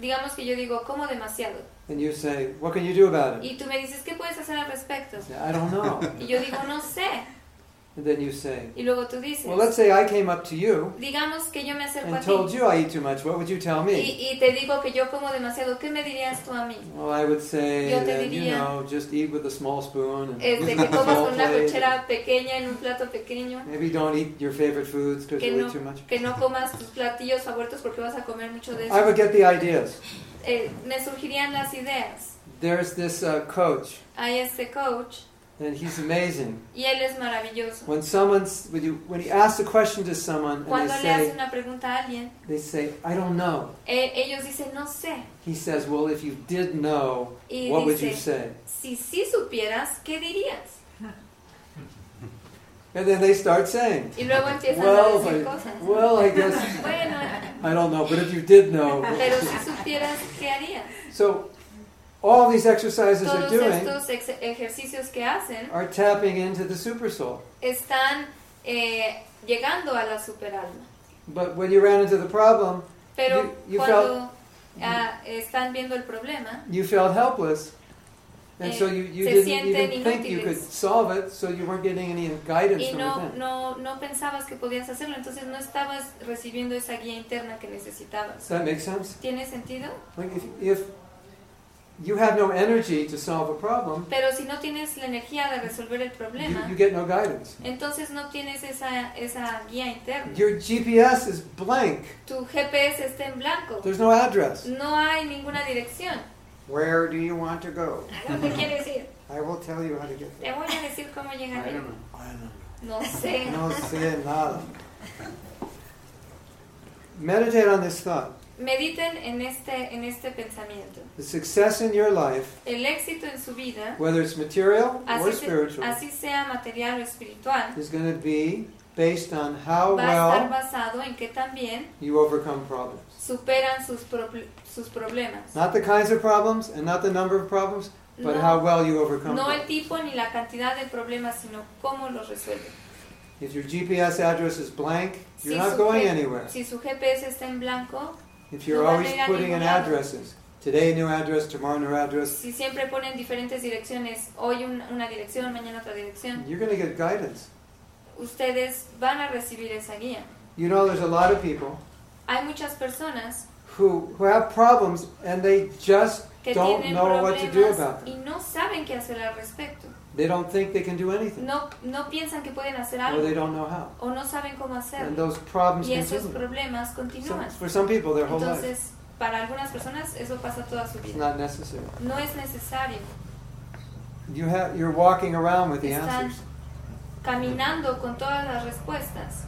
[SPEAKER 2] Digamos que yo digo, como demasiado.
[SPEAKER 1] And you say, What can you do about it?
[SPEAKER 2] Y tú me dices, ¿qué puedes hacer al respecto?
[SPEAKER 1] I say, I don't know.
[SPEAKER 2] Y yo digo, no sé.
[SPEAKER 1] And then you say,
[SPEAKER 2] Y luego tú dices,
[SPEAKER 1] Well, let's say I came up to you
[SPEAKER 2] digamos que yo me acerco a
[SPEAKER 1] and
[SPEAKER 2] ti
[SPEAKER 1] told you I eat too much. What would you tell me?
[SPEAKER 2] y, y te digo que yo como demasiado, ¿qué me dirías tú a mí?
[SPEAKER 1] Well, I would say,
[SPEAKER 2] Yo te
[SPEAKER 1] that, you
[SPEAKER 2] diría-
[SPEAKER 1] know, just eat with a small spoon and
[SPEAKER 2] Este,
[SPEAKER 1] use
[SPEAKER 2] que
[SPEAKER 1] a
[SPEAKER 2] comas
[SPEAKER 1] small
[SPEAKER 2] con una
[SPEAKER 1] plate.
[SPEAKER 2] cuchara pequeña en un plato pequeño.
[SPEAKER 1] Maybe don't eat your favorite foods because
[SPEAKER 2] Que
[SPEAKER 1] you
[SPEAKER 2] no.
[SPEAKER 1] eat too much.
[SPEAKER 2] que no comas tus platillos favoritos porque vas a comer mucho de
[SPEAKER 1] I
[SPEAKER 2] eso.
[SPEAKER 1] would get the ideas.
[SPEAKER 2] Eh, me surgirían las ideas.
[SPEAKER 1] There's this uh, coach,
[SPEAKER 2] Hay este coach
[SPEAKER 1] and he's amazing.
[SPEAKER 2] y él es maravilloso.
[SPEAKER 1] When someone's when you when he asks a question to someone and
[SPEAKER 2] Cuando
[SPEAKER 1] they
[SPEAKER 2] le hace
[SPEAKER 1] say
[SPEAKER 2] una pregunta a alguien,
[SPEAKER 1] they say I don't know,
[SPEAKER 2] eh, ellos dicen no sé.
[SPEAKER 1] he says, well, if you did know,
[SPEAKER 2] Y
[SPEAKER 1] what would you
[SPEAKER 2] pues
[SPEAKER 1] say?
[SPEAKER 2] dice, si sí supieras, ¿qué dirías?
[SPEAKER 1] And then they start saying,
[SPEAKER 2] Y luego empiezan
[SPEAKER 1] Well,
[SPEAKER 2] a decir
[SPEAKER 1] but-
[SPEAKER 2] cosas.
[SPEAKER 1] well, I guess
[SPEAKER 2] Bueno,
[SPEAKER 1] I don't know, but if you did know,
[SPEAKER 2] pero si supieras, ¿qué harías?
[SPEAKER 1] So, all these exercises are
[SPEAKER 2] Todos
[SPEAKER 1] doing
[SPEAKER 2] estos ex- ejercicios que hacen
[SPEAKER 1] are tapping into the super soul.
[SPEAKER 2] están eh, llegando a la superalma.
[SPEAKER 1] But when you ran into the problem,
[SPEAKER 2] Pero
[SPEAKER 1] You- you
[SPEAKER 2] cuando ah, están viendo el problema,
[SPEAKER 1] you felt helpless, And
[SPEAKER 2] eh,
[SPEAKER 1] so you, you
[SPEAKER 2] se
[SPEAKER 1] didn't even
[SPEAKER 2] sienten
[SPEAKER 1] think you could
[SPEAKER 2] inútiles.
[SPEAKER 1] solve it, so you weren't getting any guidance
[SPEAKER 2] y
[SPEAKER 1] from
[SPEAKER 2] no,
[SPEAKER 1] within.
[SPEAKER 2] no, no pensabas que podías hacerlo, entonces no estabas recibiendo esa guía interna que necesitabas.
[SPEAKER 1] Does that make sense?
[SPEAKER 2] ¿Tiene sentido?
[SPEAKER 1] Like if, if you have no energy to solve a problem,
[SPEAKER 2] Pero si no tienes la energía de resolver el
[SPEAKER 1] you,
[SPEAKER 2] problema,
[SPEAKER 1] you get no guidance.
[SPEAKER 2] entonces no tienes esa, esa guía interna.
[SPEAKER 1] Your GPS is blank.
[SPEAKER 2] Tu GPS está en blanco.
[SPEAKER 1] There's no address.
[SPEAKER 2] No hay ninguna dirección.
[SPEAKER 1] Where do you want to go?
[SPEAKER 2] ¿A dónde quieres ir?
[SPEAKER 1] I will tell you how to get there.
[SPEAKER 2] Te voy a decir cómo llegar.
[SPEAKER 4] I
[SPEAKER 2] ahí.
[SPEAKER 4] don't know.
[SPEAKER 1] I don't know.
[SPEAKER 2] No sé.
[SPEAKER 1] Ah, No sé nada. Meditate on this thought.
[SPEAKER 2] Mediten en este, en este pensamiento.
[SPEAKER 1] The success in your life,
[SPEAKER 2] El éxito en su vida,
[SPEAKER 1] whether it's material or
[SPEAKER 2] así, se-
[SPEAKER 1] spiritual,
[SPEAKER 2] así sea material o espiritual,
[SPEAKER 1] is going to be based on how
[SPEAKER 2] va a estar
[SPEAKER 1] Oh, well
[SPEAKER 2] basado en que también
[SPEAKER 1] you overcome problems.
[SPEAKER 2] superan sus, proble- sus problemas.
[SPEAKER 1] Not the kinds of problems and not the number of problems, but
[SPEAKER 2] No.
[SPEAKER 1] how well you overcome
[SPEAKER 2] No el
[SPEAKER 1] them.
[SPEAKER 2] tipo ni la cantidad de problemas, sino cómo los resuelve.
[SPEAKER 1] If your GPS address is blank, you're
[SPEAKER 2] Si
[SPEAKER 1] not
[SPEAKER 2] su
[SPEAKER 1] going
[SPEAKER 2] G-
[SPEAKER 1] anywhere.
[SPEAKER 2] Si su GPS está en blanco,
[SPEAKER 1] If you're
[SPEAKER 2] no va a
[SPEAKER 1] always
[SPEAKER 2] llegar a
[SPEAKER 1] putting in
[SPEAKER 2] ningún lado.
[SPEAKER 1] addresses, today new address, tomorrow new address,
[SPEAKER 2] si siempre ponen diferentes direcciones, hoy un- una dirección, mañana otra dirección,
[SPEAKER 1] you're going to get guidance.
[SPEAKER 2] ustedes van a recibir esa guía.
[SPEAKER 1] You know, there's a lot of people
[SPEAKER 2] Hay muchas personas
[SPEAKER 1] who, who have problems and they just
[SPEAKER 2] que
[SPEAKER 1] Don't
[SPEAKER 2] tienen
[SPEAKER 1] know what to do
[SPEAKER 2] problemas
[SPEAKER 1] about
[SPEAKER 2] y
[SPEAKER 1] it.
[SPEAKER 2] no saben qué hacer al respecto.
[SPEAKER 1] they don't think they can do anything
[SPEAKER 2] No, no piensan que pueden hacer
[SPEAKER 1] or they
[SPEAKER 2] algo
[SPEAKER 1] don't know how.
[SPEAKER 2] o no saben cómo
[SPEAKER 1] And
[SPEAKER 2] hacerlo.
[SPEAKER 1] those problems
[SPEAKER 2] Y esos
[SPEAKER 1] continue.
[SPEAKER 2] problemas
[SPEAKER 1] Some-
[SPEAKER 2] continúan.
[SPEAKER 1] for some people, their whole life.
[SPEAKER 2] Entonces, para algunas personas eso pasa toda su
[SPEAKER 1] It's
[SPEAKER 2] vida.
[SPEAKER 1] not necessary.
[SPEAKER 2] No es necesario.
[SPEAKER 1] You have, you're walking around with the
[SPEAKER 2] Están
[SPEAKER 1] answers.
[SPEAKER 2] caminando con todas las respuestas.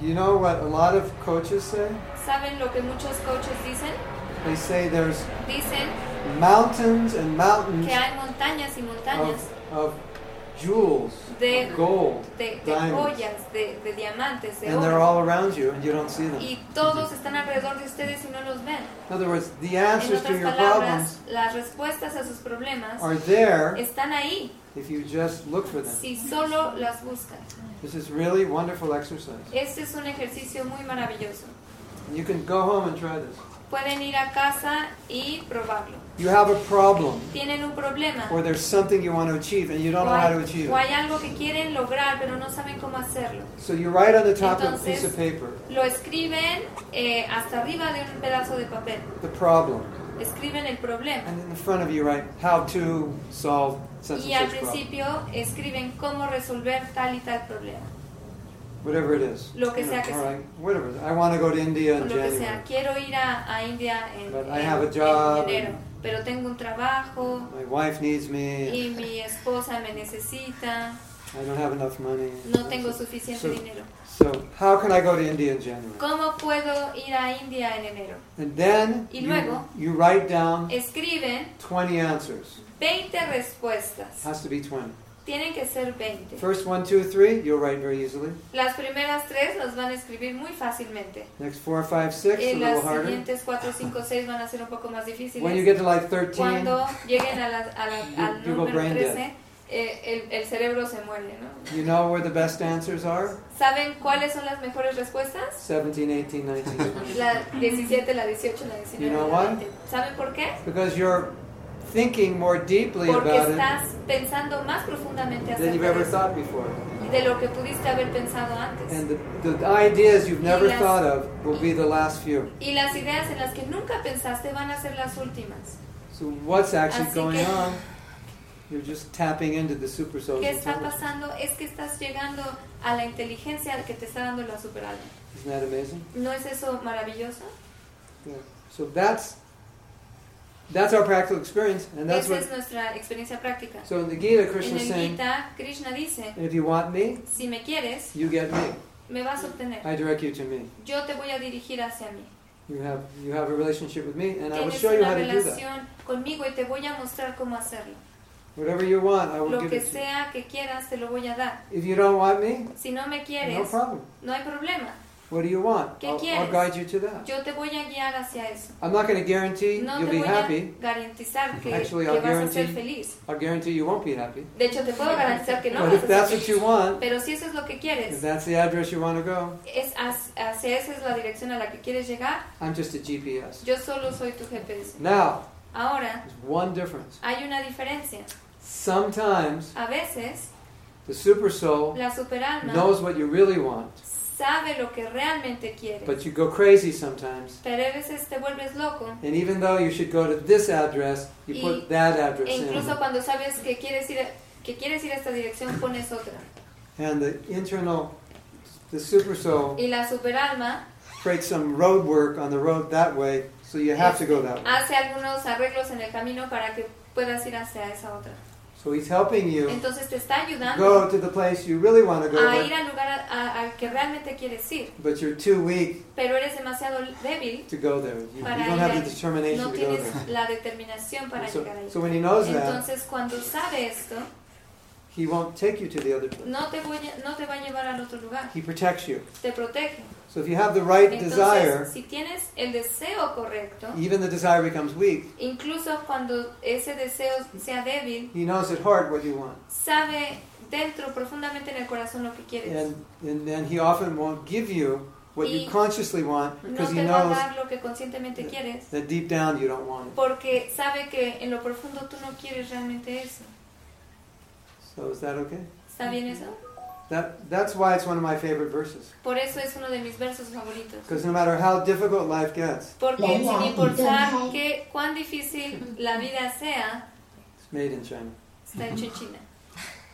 [SPEAKER 1] You know what a lot of coaches say?
[SPEAKER 2] ¿Saben lo que muchos coaches dicen?
[SPEAKER 1] They say there's
[SPEAKER 2] Dicen
[SPEAKER 1] mountains and mountains
[SPEAKER 2] que hay montañas y montañas
[SPEAKER 1] of, of jewels,
[SPEAKER 2] de,
[SPEAKER 1] gold,
[SPEAKER 2] de, de
[SPEAKER 1] diamonds.
[SPEAKER 2] joyas, de, de diamantes, de
[SPEAKER 1] Oh, and they're
[SPEAKER 2] oro.
[SPEAKER 1] all around you and you don't see them.
[SPEAKER 2] Y todos están alrededor de ustedes y no los ven.
[SPEAKER 1] In other words, the
[SPEAKER 2] En
[SPEAKER 1] answers to
[SPEAKER 2] otras
[SPEAKER 1] your
[SPEAKER 2] palabras,
[SPEAKER 1] problems
[SPEAKER 2] las respuestas a sus problemas
[SPEAKER 1] are there
[SPEAKER 2] están ahí
[SPEAKER 1] if you just look for them.
[SPEAKER 2] si solo las buscan.
[SPEAKER 1] This is really wonderful exercise.
[SPEAKER 2] Este es un ejercicio muy maravilloso.
[SPEAKER 1] You can go home and try this.
[SPEAKER 2] Pueden ir a casa y probarlo.
[SPEAKER 1] You have a problem
[SPEAKER 2] Tienen un problema
[SPEAKER 1] or there's something you want to achieve and you
[SPEAKER 2] o
[SPEAKER 1] don't know how to
[SPEAKER 2] hay,
[SPEAKER 1] achieve
[SPEAKER 2] o
[SPEAKER 1] it.
[SPEAKER 2] hay algo que quieren lograr pero no saben cómo hacerlo.
[SPEAKER 1] So you write on the top of a
[SPEAKER 2] Entonces-
[SPEAKER 1] piece of paper
[SPEAKER 2] Lo escriben eh, hasta arriba de un pedazo de papel.
[SPEAKER 1] the problem
[SPEAKER 2] Escriben el problema.
[SPEAKER 1] and in the front of you write how to solve such
[SPEAKER 2] Y
[SPEAKER 1] and
[SPEAKER 2] al
[SPEAKER 1] such problem.
[SPEAKER 2] principio escriben cómo resolver tal y tal problema.
[SPEAKER 1] Whatever it is.
[SPEAKER 2] Lo que
[SPEAKER 1] You know,
[SPEAKER 2] sea que
[SPEAKER 1] all
[SPEAKER 2] sea.
[SPEAKER 1] right, whatever. it is. I want to go to India
[SPEAKER 2] o
[SPEAKER 1] in
[SPEAKER 2] lo que sea.
[SPEAKER 1] January.
[SPEAKER 2] Quiero ir a, a India en,
[SPEAKER 1] But I
[SPEAKER 2] en-
[SPEAKER 1] have a
[SPEAKER 2] en
[SPEAKER 1] job.
[SPEAKER 2] enero, pero tengo un trabajo
[SPEAKER 1] My wife needs me.
[SPEAKER 2] y mi esposa me necesita,
[SPEAKER 1] I don't have enough money.
[SPEAKER 2] no tengo suficiente
[SPEAKER 1] So-
[SPEAKER 2] dinero.
[SPEAKER 1] So how can I go to India in January?
[SPEAKER 2] ¿Cómo puedo ir a India en enero?
[SPEAKER 1] And then
[SPEAKER 2] Y
[SPEAKER 1] you,
[SPEAKER 2] luego-
[SPEAKER 1] you write down
[SPEAKER 2] Escriben
[SPEAKER 1] 20 answers.
[SPEAKER 2] 20 respuestas.
[SPEAKER 1] Has to be 20.
[SPEAKER 2] Tienen que ser 20.
[SPEAKER 1] First one, two, three, you'll write very easily.
[SPEAKER 2] Las primeras tres las van a escribir muy fácilmente.
[SPEAKER 1] Next four, five, six,
[SPEAKER 2] Y
[SPEAKER 1] a little
[SPEAKER 2] las
[SPEAKER 1] harder.
[SPEAKER 2] siguientes 4, 5, 6 van a ser un poco más
[SPEAKER 1] When you
[SPEAKER 2] difíciles.
[SPEAKER 1] get to like 13,
[SPEAKER 2] Cuando lleguen a la- a la- al
[SPEAKER 1] You- you go
[SPEAKER 2] número
[SPEAKER 1] brain dead.
[SPEAKER 2] 13, eh, el, el cerebro se muere, ¿no?
[SPEAKER 1] you know where the best answers are?
[SPEAKER 2] ¿Saben cuáles son las mejores respuestas?
[SPEAKER 1] 17, 18, 19, 20.
[SPEAKER 2] La 17, la 18, la 19.
[SPEAKER 1] You know
[SPEAKER 2] la
[SPEAKER 1] why?
[SPEAKER 2] 20. ¿Saben por qué?
[SPEAKER 1] Because you're thinking more deeply
[SPEAKER 2] Porque
[SPEAKER 1] about it
[SPEAKER 2] estás pensando más profundamente
[SPEAKER 1] than you've
[SPEAKER 2] acerca
[SPEAKER 1] ever
[SPEAKER 2] de, eso
[SPEAKER 1] thought before.
[SPEAKER 2] y de lo que pudiste haber pensado antes.
[SPEAKER 1] And the, the ideas you've never
[SPEAKER 2] las-
[SPEAKER 1] thought of will be the last few.
[SPEAKER 2] Y las ideas en las que nunca pensaste van a ser las últimas.
[SPEAKER 1] So what's actually
[SPEAKER 2] Así
[SPEAKER 1] going
[SPEAKER 2] que-
[SPEAKER 1] on? You're just tapping into the super soul's
[SPEAKER 2] ¿Qué está
[SPEAKER 1] intelligence.
[SPEAKER 2] pasando? Es que estás llegando a la inteligencia que te está dando la superalma.
[SPEAKER 1] Isn't that amazing?
[SPEAKER 2] ¿No es eso maravilloso?
[SPEAKER 1] Yeah. So that's that's our practical experience, and that's
[SPEAKER 2] Esa
[SPEAKER 1] what.
[SPEAKER 2] es nuestra experiencia práctica.
[SPEAKER 1] So in the Gita,
[SPEAKER 2] En
[SPEAKER 1] Krishna's
[SPEAKER 2] el
[SPEAKER 1] saying,
[SPEAKER 2] Gita, Krishna dice,
[SPEAKER 1] if you want me,
[SPEAKER 2] si me quieres,
[SPEAKER 1] you get me.
[SPEAKER 2] me vas a obtener.
[SPEAKER 1] I direct you to me.
[SPEAKER 2] Yo te voy a dirigir hacia mí.
[SPEAKER 1] You have you have a relationship with me, and I will
[SPEAKER 2] Tienes
[SPEAKER 1] show you
[SPEAKER 2] una
[SPEAKER 1] how to do that.
[SPEAKER 2] relación conmigo y te voy a mostrar cómo hacerlo.
[SPEAKER 1] Whatever you want, I will
[SPEAKER 2] Lo
[SPEAKER 1] give
[SPEAKER 2] que
[SPEAKER 1] it to you.
[SPEAKER 2] sea que quieras, te lo voy a dar.
[SPEAKER 1] If you don't want me,
[SPEAKER 2] Si no me
[SPEAKER 1] no
[SPEAKER 2] quieres,
[SPEAKER 1] problem.
[SPEAKER 2] no hay problema.
[SPEAKER 1] What do you want?
[SPEAKER 2] ¿Qué
[SPEAKER 1] I'll, I'll
[SPEAKER 2] quieres?
[SPEAKER 1] guide you to that.
[SPEAKER 2] Yo te voy a guiar hacia eso.
[SPEAKER 1] I'm not going to guarantee
[SPEAKER 2] No
[SPEAKER 1] you'll
[SPEAKER 2] te
[SPEAKER 1] be
[SPEAKER 2] voy
[SPEAKER 1] happy.
[SPEAKER 2] a garantizar que,
[SPEAKER 1] Actually,
[SPEAKER 2] que
[SPEAKER 1] I'll
[SPEAKER 2] vas a ser
[SPEAKER 1] guarantee-
[SPEAKER 2] feliz.
[SPEAKER 1] I'll guarantee you won't be happy.
[SPEAKER 2] De hecho, te puedo garantizar que no
[SPEAKER 1] But
[SPEAKER 2] vas
[SPEAKER 1] if
[SPEAKER 2] a
[SPEAKER 1] that's
[SPEAKER 2] ser
[SPEAKER 1] what
[SPEAKER 2] feliz.
[SPEAKER 1] you want,
[SPEAKER 2] Pero si eso es lo que
[SPEAKER 1] if
[SPEAKER 2] quieres,
[SPEAKER 1] that's the address you want to go,
[SPEAKER 2] es hacia, hacia esa es la dirección a la que quieres llegar,
[SPEAKER 1] I'm just a GPS.
[SPEAKER 2] yo solo soy tu GPS.
[SPEAKER 1] Now,
[SPEAKER 2] Ahora,
[SPEAKER 1] There's one difference.
[SPEAKER 2] hay una diferencia.
[SPEAKER 1] Sometimes
[SPEAKER 2] A veces,
[SPEAKER 1] the super soul
[SPEAKER 2] la superalma
[SPEAKER 1] knows what you really want,
[SPEAKER 2] sabe lo que realmente quiere,
[SPEAKER 1] but you go crazy sometimes.
[SPEAKER 2] pero a veces te vuelves loco.
[SPEAKER 1] And even though you should go to this address, you
[SPEAKER 2] Y-
[SPEAKER 1] put that address
[SPEAKER 2] E incluso
[SPEAKER 1] in.
[SPEAKER 2] cuando sabes que quieres ir a, que quieres ir a esta dirección, pones otra.
[SPEAKER 1] And the internal, the super soul
[SPEAKER 2] Y la superalma
[SPEAKER 1] creates some road work on the road that way, so you have to go that way.
[SPEAKER 2] hace algunos arreglos en el camino para que puedas ir hacia esa otra.
[SPEAKER 1] So he's helping you
[SPEAKER 2] Entonces te está
[SPEAKER 1] go
[SPEAKER 2] ayudando
[SPEAKER 1] to the place you really want to
[SPEAKER 2] a
[SPEAKER 1] go,
[SPEAKER 2] ir al lugar a- a- al que realmente quieres ir,
[SPEAKER 1] but, but you're too weak
[SPEAKER 2] pero eres demasiado débil,
[SPEAKER 1] to go there. You, you
[SPEAKER 2] Para
[SPEAKER 1] don't
[SPEAKER 2] ir
[SPEAKER 1] have
[SPEAKER 2] ahí.
[SPEAKER 1] the determination
[SPEAKER 2] no
[SPEAKER 1] to go
[SPEAKER 2] tienes
[SPEAKER 1] there.
[SPEAKER 2] la determinación para
[SPEAKER 1] So,
[SPEAKER 2] llegar ahí.
[SPEAKER 1] so when he knows that,
[SPEAKER 2] Entonces cuando sabe esto,
[SPEAKER 1] he won't take you to the other place.
[SPEAKER 2] no te, voy a- no te va a llevar al otro lugar,
[SPEAKER 1] He protects you.
[SPEAKER 2] te protege.
[SPEAKER 1] So if you have the right
[SPEAKER 2] Entonces,
[SPEAKER 1] desire,
[SPEAKER 2] si tienes el deseo correcto,
[SPEAKER 1] even the desire becomes weak.
[SPEAKER 2] incluso cuando ese deseo sea débil,
[SPEAKER 1] He knows at heart what you want.
[SPEAKER 2] sabe dentro profundamente en el corazón lo que quieres.
[SPEAKER 1] And, and then he often won't give you what you
[SPEAKER 2] Y-
[SPEAKER 1] consciously want
[SPEAKER 2] No
[SPEAKER 1] because he
[SPEAKER 2] te va a
[SPEAKER 1] knows
[SPEAKER 2] dar lo que conscientemente quieres.
[SPEAKER 1] that deep down you don't want it.
[SPEAKER 2] Porque sabe que en lo profundo tú no quieres realmente eso.
[SPEAKER 1] So is that okay?
[SPEAKER 2] ¿Está bien eso?
[SPEAKER 1] That, that's why it's one of my favorite verses.
[SPEAKER 2] Por eso es uno de mis versos favoritos.
[SPEAKER 1] Because no matter how difficult life gets,
[SPEAKER 2] Porque sin importar que cuán difícil la vida sea,
[SPEAKER 1] it's made in China.
[SPEAKER 2] está hecho en China.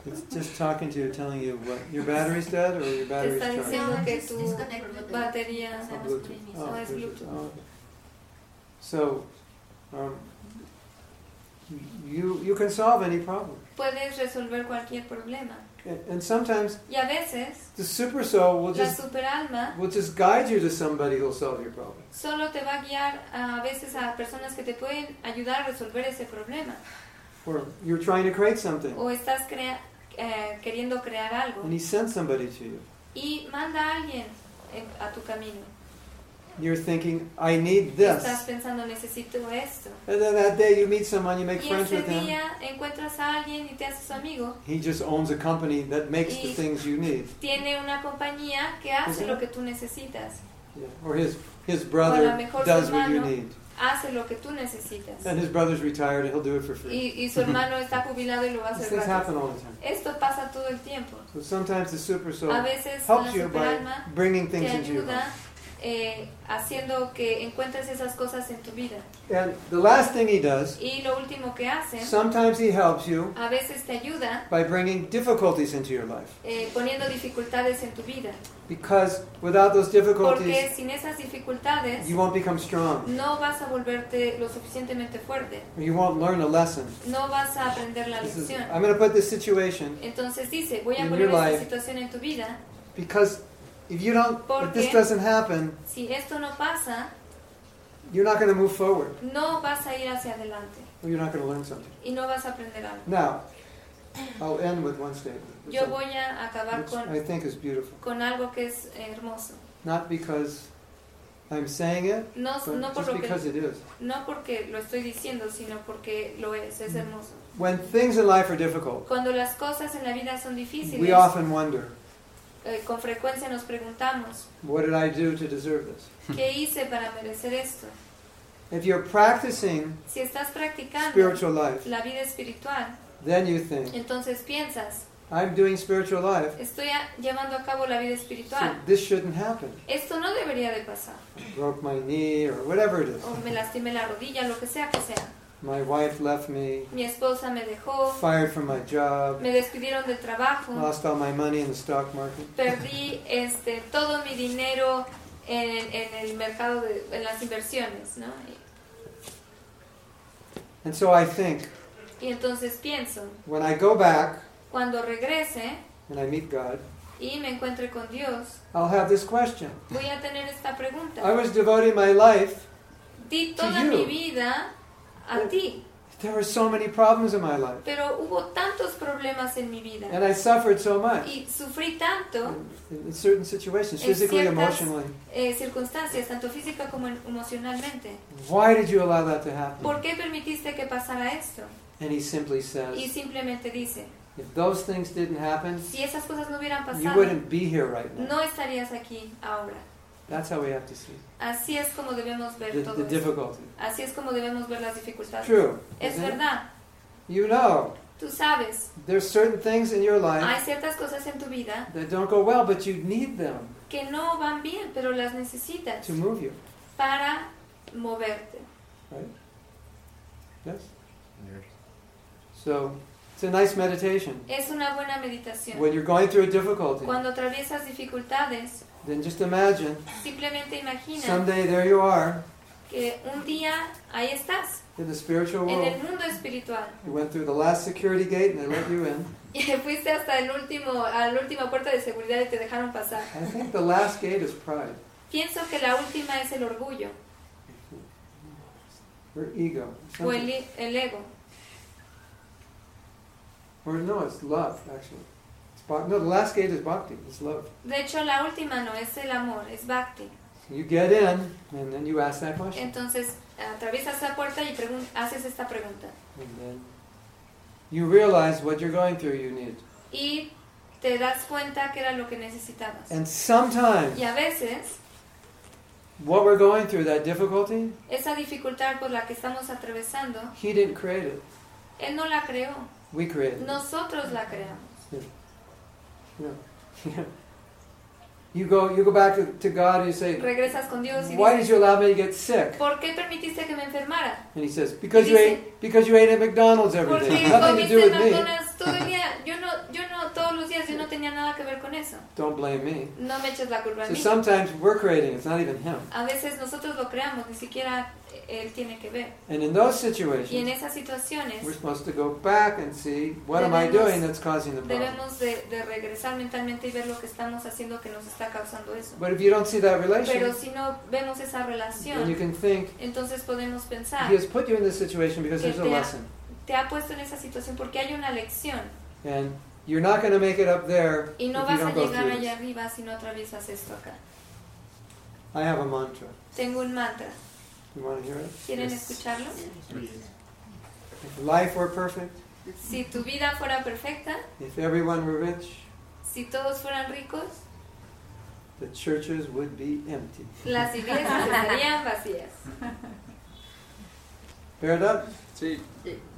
[SPEAKER 1] It's just talking to you, telling you what your battery's dead or your
[SPEAKER 2] Te
[SPEAKER 1] battery's
[SPEAKER 2] está
[SPEAKER 1] charged.
[SPEAKER 2] diciendo que
[SPEAKER 3] No,
[SPEAKER 2] tu batería...
[SPEAKER 1] Oh, Bluetooth. Oh,
[SPEAKER 2] Oh, it's
[SPEAKER 1] Bluetooth.
[SPEAKER 2] Bluetooth.
[SPEAKER 1] Oh, okay. So, um, you you can solve any problem,
[SPEAKER 2] Puedes resolver cualquier problema.
[SPEAKER 1] and, and sometimes
[SPEAKER 2] Y a veces,
[SPEAKER 1] the super soul will
[SPEAKER 2] la
[SPEAKER 1] just
[SPEAKER 2] superalma
[SPEAKER 1] will just guide you to somebody who'll solve your problem.
[SPEAKER 2] solo te va a guiar a veces a personas que te pueden ayudar a resolver ese problema.
[SPEAKER 1] Or you're trying to create something,
[SPEAKER 2] O estás crea- eh, queriendo crear algo.
[SPEAKER 1] and he sends somebody to you.
[SPEAKER 2] y manda a alguien en- a tu camino.
[SPEAKER 1] You're thinking, I need
[SPEAKER 2] Estás
[SPEAKER 1] this,
[SPEAKER 2] pensando, necesito esto.
[SPEAKER 1] and then that day you meet someone, you make
[SPEAKER 2] Y
[SPEAKER 1] friends
[SPEAKER 2] ese
[SPEAKER 1] with him.
[SPEAKER 2] día encuentras a alguien y te haces su amigo.
[SPEAKER 1] He just owns a company that makes the
[SPEAKER 2] Y-
[SPEAKER 1] things you need.
[SPEAKER 2] Tiene una compañía que hace
[SPEAKER 1] Ujú.
[SPEAKER 2] lo que tú necesitas.
[SPEAKER 1] Yeah. Or his his
[SPEAKER 2] O a lo
[SPEAKER 1] brother
[SPEAKER 2] mejor su
[SPEAKER 1] does what you
[SPEAKER 2] hermano.
[SPEAKER 1] need,
[SPEAKER 2] Hace lo que tú necesitas.
[SPEAKER 1] and his brother's retired, and he'll do it for free.
[SPEAKER 2] Y, y su hermano está jubilado y lo va a
[SPEAKER 1] These
[SPEAKER 2] hacer
[SPEAKER 1] things
[SPEAKER 2] gratis.
[SPEAKER 1] happen all the time.
[SPEAKER 2] Esto pasa todo el tiempo.
[SPEAKER 1] So sometimes the super soul
[SPEAKER 2] A veces la
[SPEAKER 1] helps you by
[SPEAKER 2] superalma
[SPEAKER 1] bringing
[SPEAKER 2] te
[SPEAKER 1] things into your life.
[SPEAKER 2] ayuda eh, haciendo que encuentres esas cosas en tu vida.
[SPEAKER 1] And the last thing he does,
[SPEAKER 2] Y lo último que hace,
[SPEAKER 1] sometimes he helps you
[SPEAKER 2] a veces te ayuda
[SPEAKER 1] by bringing difficulties into your life.
[SPEAKER 2] eh, poniendo dificultades en tu vida.
[SPEAKER 1] Because without those difficulties,
[SPEAKER 2] Porque sin esas dificultades
[SPEAKER 1] you won't become strong.
[SPEAKER 2] no vas a volverte lo suficientemente fuerte,
[SPEAKER 1] or You won't learn a lesson.
[SPEAKER 2] no vas a aprender la
[SPEAKER 1] This is,
[SPEAKER 2] lección.
[SPEAKER 1] I'm going to put this situation
[SPEAKER 2] Entonces dice, voy a
[SPEAKER 1] In
[SPEAKER 2] poner
[SPEAKER 1] your
[SPEAKER 2] esta
[SPEAKER 1] life.
[SPEAKER 2] situación en tu vida.
[SPEAKER 1] because if you don't, if this
[SPEAKER 2] Porque-
[SPEAKER 1] doesn't happen,
[SPEAKER 2] Si esto no pasa,
[SPEAKER 1] you're not going to move forward
[SPEAKER 2] no vas a ir hacia adelante
[SPEAKER 1] or you're not going to learn something.
[SPEAKER 2] y no vas a aprender algo.
[SPEAKER 1] Now, I'll end with one statement, which
[SPEAKER 2] Yo
[SPEAKER 1] I,
[SPEAKER 2] voy a acabar
[SPEAKER 1] which
[SPEAKER 2] con,
[SPEAKER 1] I think is beautiful.
[SPEAKER 2] con algo que es hermoso.
[SPEAKER 1] Not because I'm saying it,
[SPEAKER 2] No,
[SPEAKER 1] but
[SPEAKER 2] no, por
[SPEAKER 1] just
[SPEAKER 2] lo que,
[SPEAKER 1] because it is.
[SPEAKER 2] no porque lo estoy diciendo, sino porque lo es, es hermoso.
[SPEAKER 1] When things in life are difficult,
[SPEAKER 2] Cuando las cosas en la vida son
[SPEAKER 1] we
[SPEAKER 2] difíciles,
[SPEAKER 1] often wonder,
[SPEAKER 2] eh, con frecuencia nos preguntamos,
[SPEAKER 1] what did I do to deserve this?
[SPEAKER 2] ¿qué hice para merecer esto?
[SPEAKER 1] If you're practicing
[SPEAKER 2] Si estás practicando
[SPEAKER 1] spiritual life,
[SPEAKER 2] la vida espiritual,
[SPEAKER 1] then you think,
[SPEAKER 2] entonces piensas,
[SPEAKER 1] I'm doing spiritual life,
[SPEAKER 2] estoy a- llevando a cabo la vida
[SPEAKER 1] so
[SPEAKER 2] espiritual.
[SPEAKER 1] this shouldn't happen.
[SPEAKER 2] Esto no debería de pasar.
[SPEAKER 1] I broke my knee or whatever it is.
[SPEAKER 2] O me lastimé la rodilla, lo que sea que sea.
[SPEAKER 1] My wife left me,
[SPEAKER 2] Mi esposa me dejó,
[SPEAKER 1] fired from my job,
[SPEAKER 2] me despidieron del trabajo,
[SPEAKER 1] lost all my money in the stock market.
[SPEAKER 2] perdí este, todo mi dinero en, en el mercado, de, en las inversiones, ¿no?
[SPEAKER 1] And so I think,
[SPEAKER 2] Y, y entonces pienso,
[SPEAKER 1] when I go back
[SPEAKER 2] cuando regrese
[SPEAKER 1] and I meet God,
[SPEAKER 2] y me encuentre con Dios,
[SPEAKER 1] I'll have this question.
[SPEAKER 2] voy a tener esta pregunta.
[SPEAKER 1] I was devoting my life.
[SPEAKER 2] Di
[SPEAKER 1] To
[SPEAKER 2] toda
[SPEAKER 1] you.
[SPEAKER 2] mi vida a
[SPEAKER 1] Yeah.
[SPEAKER 2] ti.
[SPEAKER 1] There were so many problems in my life,
[SPEAKER 2] Pero hubo tantos problemas en mi vida
[SPEAKER 1] and I suffered so much.
[SPEAKER 2] y sufrí tanto
[SPEAKER 1] in, in certain situations,
[SPEAKER 2] En
[SPEAKER 1] physically,
[SPEAKER 2] ciertas-
[SPEAKER 1] emotionally.
[SPEAKER 2] eh, circunstancias, tanto física como en- emocionalmente.
[SPEAKER 1] Why did you allow that to happen?
[SPEAKER 2] ¿Por qué permitiste que pasara esto?
[SPEAKER 1] And he simply
[SPEAKER 2] Y
[SPEAKER 1] says,
[SPEAKER 2] simplemente dice,
[SPEAKER 1] if those things didn't happen,
[SPEAKER 2] si esas cosas no hubieran
[SPEAKER 1] you
[SPEAKER 2] pasado,
[SPEAKER 1] wouldn't be here right now.
[SPEAKER 2] no estarías aquí ahora.
[SPEAKER 1] That's how we have to see
[SPEAKER 2] Así es como debemos ver
[SPEAKER 1] the,
[SPEAKER 2] todo
[SPEAKER 1] the
[SPEAKER 2] esto.
[SPEAKER 1] difficulty.
[SPEAKER 2] Así es como debemos ver las dificultades.
[SPEAKER 1] True.
[SPEAKER 2] Es
[SPEAKER 1] isn't it?
[SPEAKER 2] verdad,
[SPEAKER 1] You know,
[SPEAKER 2] tú sabes,
[SPEAKER 1] there's certain things in your life
[SPEAKER 2] hay ciertas cosas en tu vida
[SPEAKER 1] that don't go well, but you need them
[SPEAKER 2] que no van bien, pero las necesitas
[SPEAKER 1] to move you.
[SPEAKER 2] para moverte.
[SPEAKER 1] Yes? So it's a nice meditation.
[SPEAKER 2] Es una buena meditación.
[SPEAKER 1] When you're going through a difficulty,
[SPEAKER 2] Cuando atraviesas dificultades,
[SPEAKER 1] then just imagine
[SPEAKER 2] simplemente imagina
[SPEAKER 1] someday there you are
[SPEAKER 2] que un día ahí estás,
[SPEAKER 1] in the spiritual
[SPEAKER 2] en el
[SPEAKER 1] world.
[SPEAKER 2] mundo espiritual.
[SPEAKER 1] You went through the last security gate and they let you in.
[SPEAKER 2] Fuiste hasta el último, a la última puerta de seguridad y te dejaron pasar.
[SPEAKER 1] I think the last gate is pride
[SPEAKER 2] Pienso que la última es el orgullo
[SPEAKER 1] or ego.
[SPEAKER 2] o el,
[SPEAKER 1] something.
[SPEAKER 2] el ego.
[SPEAKER 1] Or no, it's love, actually. It's bhak- no, the last gate is bhakti, it's love.
[SPEAKER 2] De hecho, la última no es el amor, es bhakti.
[SPEAKER 1] You get in and then you ask that question.
[SPEAKER 2] Entonces, atraviesas la puerta y pregun- haces esta pregunta.
[SPEAKER 1] And then you realize what you're going through you need.
[SPEAKER 2] Y te das cuenta que era lo que necesitabas.
[SPEAKER 1] And sometimes
[SPEAKER 2] Y a veces,
[SPEAKER 1] what we're going through, that difficulty,
[SPEAKER 2] esa dificultad por la que estamos atravesando,
[SPEAKER 1] he didn't create it.
[SPEAKER 2] Él no la creó,
[SPEAKER 1] We created it.
[SPEAKER 2] nosotros la creamos.
[SPEAKER 1] You go you go back to, to God and you say,
[SPEAKER 2] Regresas con Dios y
[SPEAKER 1] Why
[SPEAKER 2] dices,
[SPEAKER 1] did you allow me to get sick?
[SPEAKER 2] ¿por qué permitiste que me enfermara?
[SPEAKER 1] And he says, Because you
[SPEAKER 2] Dice-
[SPEAKER 1] ate because you ate at McDonald's every
[SPEAKER 2] Porque
[SPEAKER 1] day. Nothing to do
[SPEAKER 2] comiste
[SPEAKER 1] with me.
[SPEAKER 2] McDonald's todo el día. Yo no, yo no, todos los días yo no tenía nada que ver con eso.
[SPEAKER 1] Don't blame me.
[SPEAKER 2] No me eches la culpa a
[SPEAKER 1] So
[SPEAKER 2] mí.
[SPEAKER 1] sometimes we're creating, it's not even him.
[SPEAKER 2] A veces nosotros lo creamos, ni siquiera eh, él tiene que ver.
[SPEAKER 1] And in those
[SPEAKER 2] Y en
[SPEAKER 1] situations,
[SPEAKER 2] esas situaciones
[SPEAKER 1] we're supposed to go back and see what am I
[SPEAKER 2] Debemos-
[SPEAKER 1] doing that's causing the problem.
[SPEAKER 2] debemos de, de regresar mentalmente y ver lo que estamos haciendo que nos está causando eso.
[SPEAKER 1] But if you don't see that
[SPEAKER 2] Pero
[SPEAKER 1] relation,
[SPEAKER 2] si no vemos esa
[SPEAKER 1] then you
[SPEAKER 2] relación,
[SPEAKER 1] can think
[SPEAKER 2] entonces podemos pensar,
[SPEAKER 1] he has put you in this situation because
[SPEAKER 2] Que
[SPEAKER 1] there's a
[SPEAKER 2] te ha-
[SPEAKER 1] lesson,
[SPEAKER 2] te ha puesto en esa situación porque hay una lección
[SPEAKER 1] and you're not going to make it up there
[SPEAKER 2] y
[SPEAKER 1] if
[SPEAKER 2] no
[SPEAKER 1] you
[SPEAKER 2] vas a
[SPEAKER 1] don't go
[SPEAKER 2] llegar
[SPEAKER 1] through
[SPEAKER 2] allá
[SPEAKER 1] this.
[SPEAKER 2] arriba si no atraviesas esto acá.
[SPEAKER 1] I have a mantra.
[SPEAKER 2] Tengo un mantra.
[SPEAKER 1] You want to hear it?
[SPEAKER 2] ¿Quieren
[SPEAKER 4] Yes.
[SPEAKER 2] escucharlo?
[SPEAKER 1] If life were perfect,
[SPEAKER 2] Si tu vida fuera perfecta,
[SPEAKER 1] if everyone were rich,
[SPEAKER 2] si todos fueran ricos,
[SPEAKER 1] the churches would be empty.
[SPEAKER 2] las iglesias estarían vacías.
[SPEAKER 1] Fair enough.
[SPEAKER 4] Sí.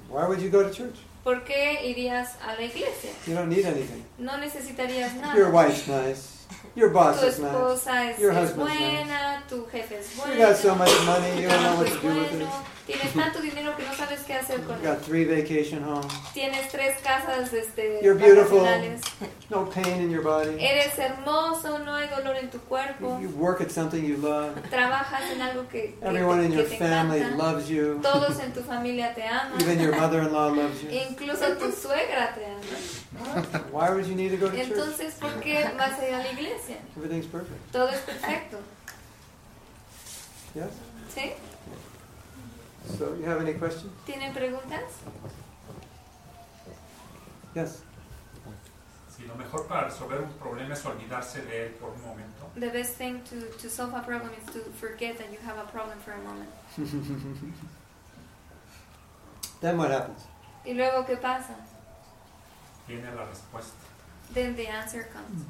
[SPEAKER 1] Why would you go to church?
[SPEAKER 2] ¿Por qué irías a la iglesia?
[SPEAKER 1] You don't need anything.
[SPEAKER 2] No necesitarías
[SPEAKER 1] Your
[SPEAKER 2] nada.
[SPEAKER 1] wife's nice. Your boss
[SPEAKER 2] Tu
[SPEAKER 1] is nice.
[SPEAKER 2] esposa es,
[SPEAKER 1] Your
[SPEAKER 2] es
[SPEAKER 1] husband's
[SPEAKER 2] buena, tu jefe es
[SPEAKER 1] You got so
[SPEAKER 2] bueno,
[SPEAKER 1] much money,
[SPEAKER 2] tu
[SPEAKER 1] you don't know
[SPEAKER 2] trabajo
[SPEAKER 1] what to
[SPEAKER 2] es
[SPEAKER 1] do with it.
[SPEAKER 2] bueno, tienes tanto dinero que no sabes qué hacer
[SPEAKER 1] You
[SPEAKER 2] con él.
[SPEAKER 1] got three vacation homes.
[SPEAKER 2] Tienes tres casas este,
[SPEAKER 1] You're beautiful.
[SPEAKER 2] vacacionales.
[SPEAKER 1] No pain in your body.
[SPEAKER 2] Eres hermoso, no hay dolor en tu
[SPEAKER 1] You
[SPEAKER 2] cuerpo,
[SPEAKER 1] you work at something you love.
[SPEAKER 2] trabajas en algo que, que-
[SPEAKER 1] Everyone in
[SPEAKER 2] que
[SPEAKER 1] your
[SPEAKER 2] te
[SPEAKER 1] family
[SPEAKER 2] encanta,
[SPEAKER 1] loves you.
[SPEAKER 2] todos en tu familia te aman,
[SPEAKER 1] Even your mother-in-law loves you.
[SPEAKER 2] incluso tu suegra te ama.
[SPEAKER 1] Why would you need to go to church?
[SPEAKER 2] Entonces, ¿por qué vas a ir a la iglesia?
[SPEAKER 1] Everything's perfect.
[SPEAKER 2] Todo es perfecto,
[SPEAKER 1] Yes.
[SPEAKER 2] ¿sí?
[SPEAKER 1] So you have any questions?
[SPEAKER 2] ¿Tienen preguntas?
[SPEAKER 1] Yes.
[SPEAKER 5] Si lo mejor para resolver un problema es olvidarse de él por un momento,
[SPEAKER 2] The best thing to, to solve a problem is to forget that you have a problem for a moment.
[SPEAKER 1] Then what happens?
[SPEAKER 2] ¿Y luego qué pasa?
[SPEAKER 5] tiene la respuesta.
[SPEAKER 2] Then the answer comes.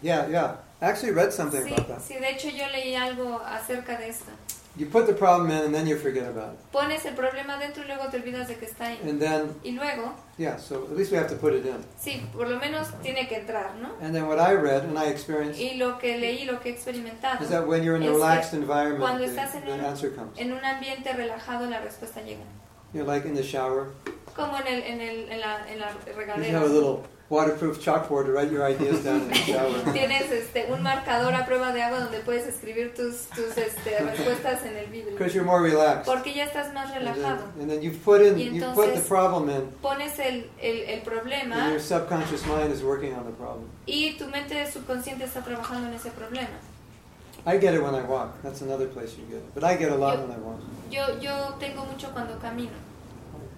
[SPEAKER 1] Yeah, yeah. I actually read something
[SPEAKER 2] Sí,
[SPEAKER 1] about that.
[SPEAKER 2] sí, de hecho yo leí algo acerca de esto.
[SPEAKER 1] You put the problem in and then you forget about it.
[SPEAKER 2] Pones el problema dentro y luego te olvidas de que está ahí.
[SPEAKER 1] And then,
[SPEAKER 2] Y luego,
[SPEAKER 1] yeah, so at least we have to put it in.
[SPEAKER 2] sí, por lo menos tiene que entrar, ¿no?
[SPEAKER 1] And then what I read and I experienced
[SPEAKER 2] Y lo que leí, lo que he
[SPEAKER 1] is
[SPEAKER 2] experimentado,
[SPEAKER 1] that when you're in a
[SPEAKER 2] Es que
[SPEAKER 1] relaxed
[SPEAKER 2] cuando
[SPEAKER 1] environment,
[SPEAKER 2] estás
[SPEAKER 1] the,
[SPEAKER 2] en
[SPEAKER 1] the
[SPEAKER 2] un-
[SPEAKER 1] answer comes.
[SPEAKER 2] en un ambiente relajado la respuesta llega.
[SPEAKER 1] You know, like in the shower,
[SPEAKER 2] Como en, el, en, el, en, la, en la
[SPEAKER 1] you
[SPEAKER 2] regadera.
[SPEAKER 1] have a little waterproof chalkboard to write your ideas down in the shower.
[SPEAKER 2] Tienes este, un marcador a prueba de agua donde puedes escribir tus, tus este, respuestas en el Biblia.
[SPEAKER 1] Because you're more relaxed.
[SPEAKER 2] Porque ya estás más
[SPEAKER 1] And then,
[SPEAKER 2] relajado.
[SPEAKER 1] and then you put in,
[SPEAKER 2] Y
[SPEAKER 1] you put the
[SPEAKER 2] entonces-
[SPEAKER 1] problem in,
[SPEAKER 2] Pones el, el, el
[SPEAKER 1] and
[SPEAKER 2] problema
[SPEAKER 1] your subconscious mind is working on the problem.
[SPEAKER 2] y tu mente subconsciente está trabajando en ese problema.
[SPEAKER 1] I get it when I walk. That's another place you get it. But I get a lot
[SPEAKER 2] You-
[SPEAKER 1] when I walk.
[SPEAKER 2] Yo, yo tengo mucho cuando camino.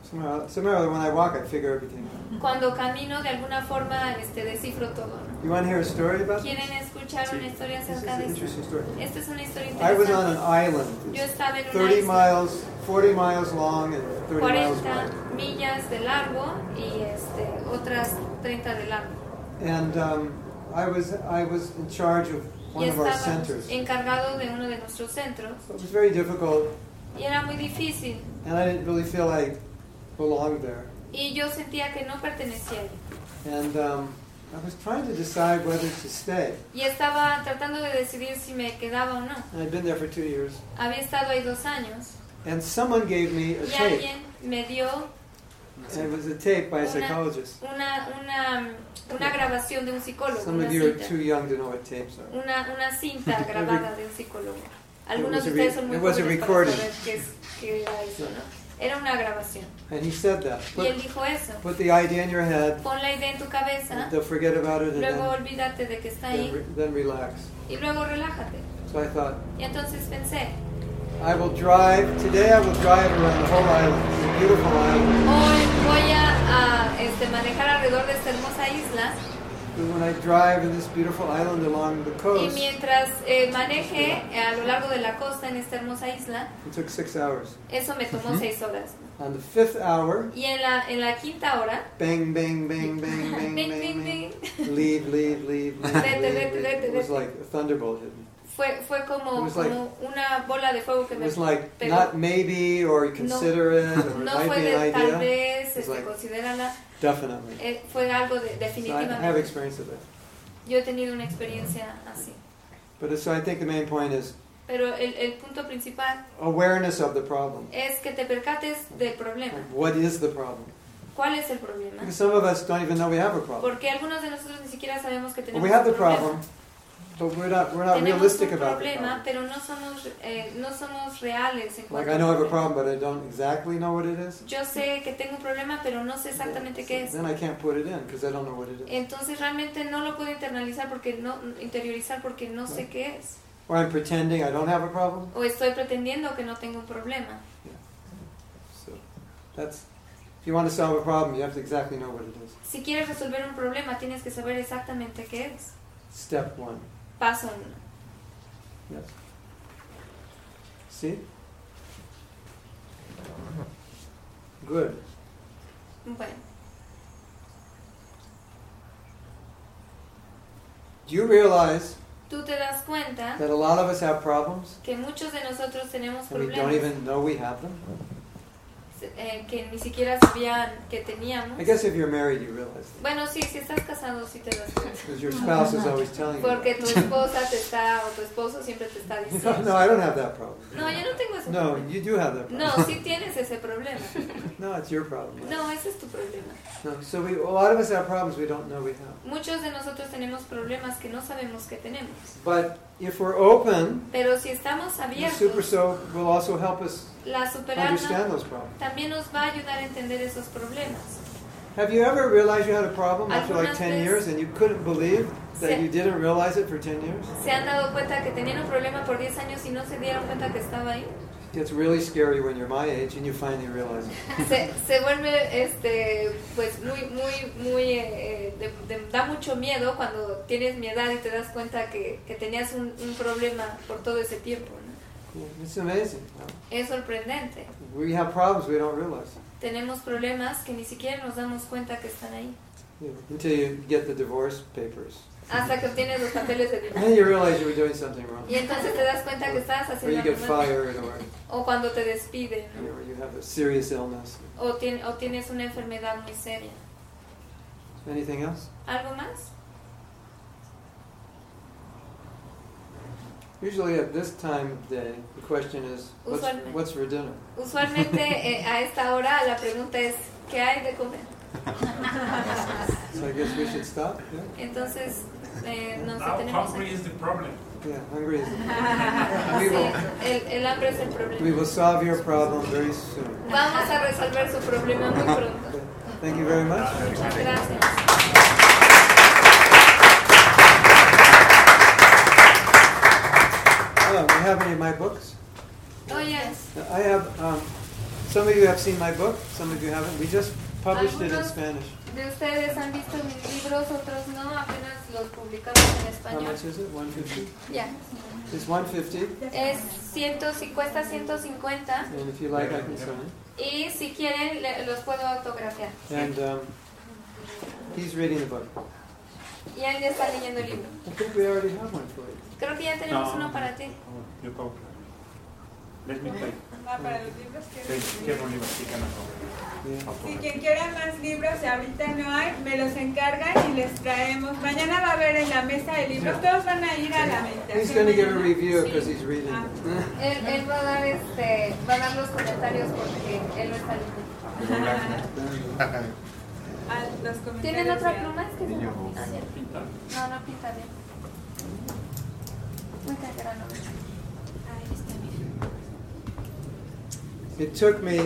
[SPEAKER 1] Somehow, somehow when I walk, I figure everything out.
[SPEAKER 2] Cuando camino de alguna forma este, descifro todo. ¿no?
[SPEAKER 1] You want to hear a story about this?
[SPEAKER 2] ¿Quieren escuchar una historia
[SPEAKER 1] This is
[SPEAKER 2] acerca
[SPEAKER 1] an
[SPEAKER 2] de esto?
[SPEAKER 1] interesting story.
[SPEAKER 2] Esta es una historia
[SPEAKER 1] I was on an
[SPEAKER 2] interesante.
[SPEAKER 1] island,
[SPEAKER 2] Yo estaba en una
[SPEAKER 1] 30
[SPEAKER 2] isla,
[SPEAKER 1] miles, 40 miles long and 30 miles
[SPEAKER 2] 40
[SPEAKER 1] wide.
[SPEAKER 2] millas de largo y este, otras 30 de largo.
[SPEAKER 1] And um, I was I was in charge of
[SPEAKER 2] y
[SPEAKER 1] One of our
[SPEAKER 2] estaba
[SPEAKER 1] centers.
[SPEAKER 2] encargado de uno de nuestros centros
[SPEAKER 1] So it was very difficult,
[SPEAKER 2] y era muy difícil
[SPEAKER 1] and I didn't really feel I belonged there.
[SPEAKER 2] y yo sentía que no pertenecía ahí.
[SPEAKER 1] And um, I was trying to decide whether to stay.
[SPEAKER 2] Y estaba tratando de decidir si me quedaba o no.
[SPEAKER 1] And I'd been there for two years.
[SPEAKER 2] Había estado ahí dos años
[SPEAKER 1] And someone gave me a
[SPEAKER 2] y
[SPEAKER 1] tape,
[SPEAKER 2] alguien me dio
[SPEAKER 1] and it was a tape by a
[SPEAKER 2] Una-
[SPEAKER 1] psychologist.
[SPEAKER 2] una, una, una grabación de un psicólogo,
[SPEAKER 1] Some
[SPEAKER 2] una Mm.
[SPEAKER 1] of you are
[SPEAKER 2] cinta,
[SPEAKER 1] too young to know what tapes are.
[SPEAKER 2] una, una cinta grabada de un psicólogo. Algunos de
[SPEAKER 1] It was a re-
[SPEAKER 2] ustedes son muy
[SPEAKER 1] it was a
[SPEAKER 2] jóvenes para
[SPEAKER 1] recording.
[SPEAKER 2] saber qué, es- qué era eso, ¿no? Era una grabación.
[SPEAKER 1] And he said that.
[SPEAKER 2] Y él
[SPEAKER 1] Put,
[SPEAKER 2] dijo eso.
[SPEAKER 1] put the idea in your head,
[SPEAKER 2] Pon la idea en tu cabeza,
[SPEAKER 1] and they'll forget about it, and
[SPEAKER 2] Uh-huh. luego
[SPEAKER 1] then,
[SPEAKER 2] olvídate de que está
[SPEAKER 1] then,
[SPEAKER 2] ahí
[SPEAKER 1] re- then relax.
[SPEAKER 2] y luego relájate.
[SPEAKER 1] So I thought,
[SPEAKER 2] Y entonces pensé,
[SPEAKER 1] I will drive, today I will drive around the whole island. It's a beautiful island.
[SPEAKER 2] hoy voy a, a, este, manejar alrededor de esta hermosa isla
[SPEAKER 1] And when I drive in this beautiful island along the
[SPEAKER 2] y
[SPEAKER 1] coast, it
[SPEAKER 2] mientras eh, maneje a lo largo de la costa en esta hermosa isla,
[SPEAKER 1] took six hours.
[SPEAKER 2] eso me tomó seis horas.
[SPEAKER 1] On the fifth hour,
[SPEAKER 2] Y en la, en la quinta hora,
[SPEAKER 1] bang, bang, bang, bang, bang,
[SPEAKER 2] Bing,
[SPEAKER 1] bang,
[SPEAKER 2] bing,
[SPEAKER 1] bang.
[SPEAKER 2] bing.
[SPEAKER 1] Leave, leave, leave, leave,
[SPEAKER 2] Vete,
[SPEAKER 1] leave,
[SPEAKER 2] vete,
[SPEAKER 1] leave.
[SPEAKER 2] vete,
[SPEAKER 1] It was
[SPEAKER 2] vete.
[SPEAKER 1] like a thunderbolt hit me.
[SPEAKER 2] Fue, fue
[SPEAKER 1] It
[SPEAKER 2] como,
[SPEAKER 1] was like-
[SPEAKER 2] como una bola de fuego que
[SPEAKER 1] It
[SPEAKER 2] me...
[SPEAKER 1] was like
[SPEAKER 2] Pero-
[SPEAKER 1] not maybe or consider it or it
[SPEAKER 2] No
[SPEAKER 1] might
[SPEAKER 2] fue
[SPEAKER 1] be
[SPEAKER 2] de
[SPEAKER 1] an
[SPEAKER 2] tal
[SPEAKER 1] idea.
[SPEAKER 2] vez,
[SPEAKER 1] It's
[SPEAKER 2] este,
[SPEAKER 1] like-
[SPEAKER 2] considérala,
[SPEAKER 1] Definitely.
[SPEAKER 2] eh, fue algo
[SPEAKER 1] So I I
[SPEAKER 2] de,
[SPEAKER 1] have
[SPEAKER 2] definitivamente.
[SPEAKER 1] experience of it.
[SPEAKER 2] Yo he tenido una experiencia así.
[SPEAKER 1] But it's- so I think the main point is
[SPEAKER 2] Pero el, el punto principal
[SPEAKER 1] awareness of the problem.
[SPEAKER 2] es que te percates del problema.
[SPEAKER 1] Like, What is the problem?
[SPEAKER 2] ¿Cuál es el problema?
[SPEAKER 1] Because some of us don't even know we have a problem.
[SPEAKER 2] Porque algunos de nosotros ni siquiera sabemos que
[SPEAKER 1] Well,
[SPEAKER 2] tenemos
[SPEAKER 1] we have
[SPEAKER 2] un
[SPEAKER 1] the problem, but we're not we're not Ah,
[SPEAKER 2] Tenemos
[SPEAKER 1] realistic
[SPEAKER 2] un
[SPEAKER 1] about the problem.
[SPEAKER 2] problema, pero no somos, eh, no somos reales en
[SPEAKER 1] Like
[SPEAKER 2] cuanto
[SPEAKER 1] I
[SPEAKER 2] al
[SPEAKER 1] know I have a
[SPEAKER 2] problema.
[SPEAKER 1] problem, but I don't exactly know what it is.
[SPEAKER 2] Yo sé que tengo un problema, pero no sé exactamente qué es.
[SPEAKER 1] Then I can't put it in because I don't know what it is.
[SPEAKER 2] Entonces realmente no lo puedo internalizar porque no interiorizar porque no sé qué es
[SPEAKER 1] Or I'm pretending I don't have a problem.
[SPEAKER 2] o estoy pretendiendo que no tengo un problema.
[SPEAKER 1] So that's if you want to solve a problem, you have to exactly know what it is.
[SPEAKER 2] Si quieres resolver un problema tienes que saber exactamente qué es.
[SPEAKER 1] Step one.
[SPEAKER 2] Paso uno.
[SPEAKER 1] Yes. See? Good.
[SPEAKER 2] Bueno,
[SPEAKER 1] Do you realize
[SPEAKER 2] tú te das cuenta
[SPEAKER 1] that a lot of us have problems
[SPEAKER 2] que muchos de nosotros tenemos
[SPEAKER 1] and we don't
[SPEAKER 2] problemas
[SPEAKER 1] even know we have them?
[SPEAKER 2] eh, que ni siquiera sabían que teníamos.
[SPEAKER 1] I guess if you're married, you realize that
[SPEAKER 2] Bueno, sí, si estás casado sí te das cuenta.
[SPEAKER 1] because your spouse is always telling you.
[SPEAKER 2] Porque
[SPEAKER 1] that.
[SPEAKER 2] tu esposa te está o tu esposo siempre te está
[SPEAKER 1] No,
[SPEAKER 2] diciendo.
[SPEAKER 1] no, I don't have that problem.
[SPEAKER 2] No, yo no tengo ese
[SPEAKER 1] No,
[SPEAKER 2] problema.
[SPEAKER 1] you do have that problem.
[SPEAKER 2] No, sí tienes ese problema.
[SPEAKER 1] No, it's your problem.
[SPEAKER 2] No, ese es tu problema.
[SPEAKER 1] No, so we, a lot of us have problems we don't know we have.
[SPEAKER 2] Muchos de nosotros tenemos problemas que no sabemos que tenemos.
[SPEAKER 1] But if we're open,
[SPEAKER 2] Pero si estamos
[SPEAKER 1] the super
[SPEAKER 2] abiertos,
[SPEAKER 1] soap will also help us
[SPEAKER 2] la superarnos
[SPEAKER 1] understand those problems.
[SPEAKER 2] también nos va a ayudar a entender esos problemas.
[SPEAKER 1] Have you ever realized you had a problem after like
[SPEAKER 2] Algunas
[SPEAKER 1] 10
[SPEAKER 2] veces-
[SPEAKER 1] years and you couldn't believe that
[SPEAKER 2] Sí.
[SPEAKER 1] you didn't realize it for 10 years?
[SPEAKER 2] ¿Se han dado cuenta que tenían un problema por 10 años y no se dieron cuenta que estaba ahí?
[SPEAKER 1] It's really scary when you're my age and you finally realize it.
[SPEAKER 2] Se, se vuelve, este, pues, muy, muy, muy, eh, eh, de- de- da mucho miedo cuando tienes mi edad y te das cuenta que, que tenías un, un problema por todo ese tiempo. ¿no?
[SPEAKER 1] It's amazing.
[SPEAKER 2] Es sorprendente.
[SPEAKER 1] We have problems we don't realize
[SPEAKER 2] Tenemos problemas que ni siquiera nos damos cuenta que están ahí.
[SPEAKER 1] you know, until you get the divorce papers.
[SPEAKER 2] Hasta que obtienes los papeles de
[SPEAKER 1] And then you
[SPEAKER 2] divorcio.
[SPEAKER 1] realize you were doing something wrong.
[SPEAKER 2] Y entonces te das cuenta que estabas
[SPEAKER 1] Or you
[SPEAKER 2] haciendo
[SPEAKER 1] get
[SPEAKER 2] algo mal.
[SPEAKER 1] fired or
[SPEAKER 2] O cuando te despiden.
[SPEAKER 1] you, know, or you have a serious illness.
[SPEAKER 2] O, tien- o tienes una enfermedad muy seria.
[SPEAKER 1] Anything else?
[SPEAKER 2] ¿Algo más?
[SPEAKER 1] Usually at this time of day, the question is, what's,
[SPEAKER 2] Usualmente.
[SPEAKER 1] what's for dinner?
[SPEAKER 2] Usualmente eh, a esta hora la pregunta es, ¿qué hay de comer?
[SPEAKER 1] So I guess we should stop. Yeah,
[SPEAKER 2] Entonces, eh, no sé,
[SPEAKER 5] Now,
[SPEAKER 2] tenemos...
[SPEAKER 5] hungry is the problem.
[SPEAKER 1] yeah hungry is. We
[SPEAKER 2] Sí,
[SPEAKER 1] will,
[SPEAKER 2] el, el hambre es el
[SPEAKER 1] we
[SPEAKER 2] problema.
[SPEAKER 1] will solve your problem very soon.
[SPEAKER 2] Vamos a resolver su problema muy pronto.
[SPEAKER 1] Thank you very much.
[SPEAKER 2] Muchas gracias.
[SPEAKER 1] Oh, do you have any of my books?
[SPEAKER 2] Oye,
[SPEAKER 1] I have, um, some of you have seen my book, some of you haven't. We just published it in
[SPEAKER 2] Algunos-
[SPEAKER 1] Spanish.
[SPEAKER 2] de ustedes han visto mis libros, otros no, apenas los publicamos en
[SPEAKER 1] How
[SPEAKER 2] español.
[SPEAKER 1] much is it? 150?
[SPEAKER 2] Ya.
[SPEAKER 1] It's 150,
[SPEAKER 2] Es 150, 150.
[SPEAKER 1] and if you like, I can sign it.
[SPEAKER 2] Y si quieren, le- los puedo autografiar.
[SPEAKER 1] And um, he's reading the book.
[SPEAKER 2] Y Anya está leyendo el libro.
[SPEAKER 1] I think we already have one for you.
[SPEAKER 2] Creo que ya tenemos
[SPEAKER 4] No.
[SPEAKER 2] uno para ti.
[SPEAKER 4] Yo puedo. Let me play.
[SPEAKER 6] Ah, para los libros
[SPEAKER 4] Thank
[SPEAKER 6] que...
[SPEAKER 4] you, everyone, you can go.
[SPEAKER 1] Yeah.
[SPEAKER 4] I'll go.
[SPEAKER 6] Si quien quiera más libros, ahorita no hay, me los encargan y les traemos. Mañana va a haber en la mesa de libros, todos van a ir a la meditación.
[SPEAKER 1] He's going to give a
[SPEAKER 6] mañana.
[SPEAKER 1] review because he's reading. it.
[SPEAKER 2] Él, él va a dar este, va a dar los comentarios porque él no está leyendo.
[SPEAKER 6] Ajá. A los comentarios
[SPEAKER 2] ¿Tienen otra
[SPEAKER 6] de-
[SPEAKER 2] pluma? Es que
[SPEAKER 4] Niño,
[SPEAKER 2] no pinta bien.
[SPEAKER 4] pinta.
[SPEAKER 2] No, no pinta bien. Muy grande, no.
[SPEAKER 3] Ahí está, mira.
[SPEAKER 1] It took me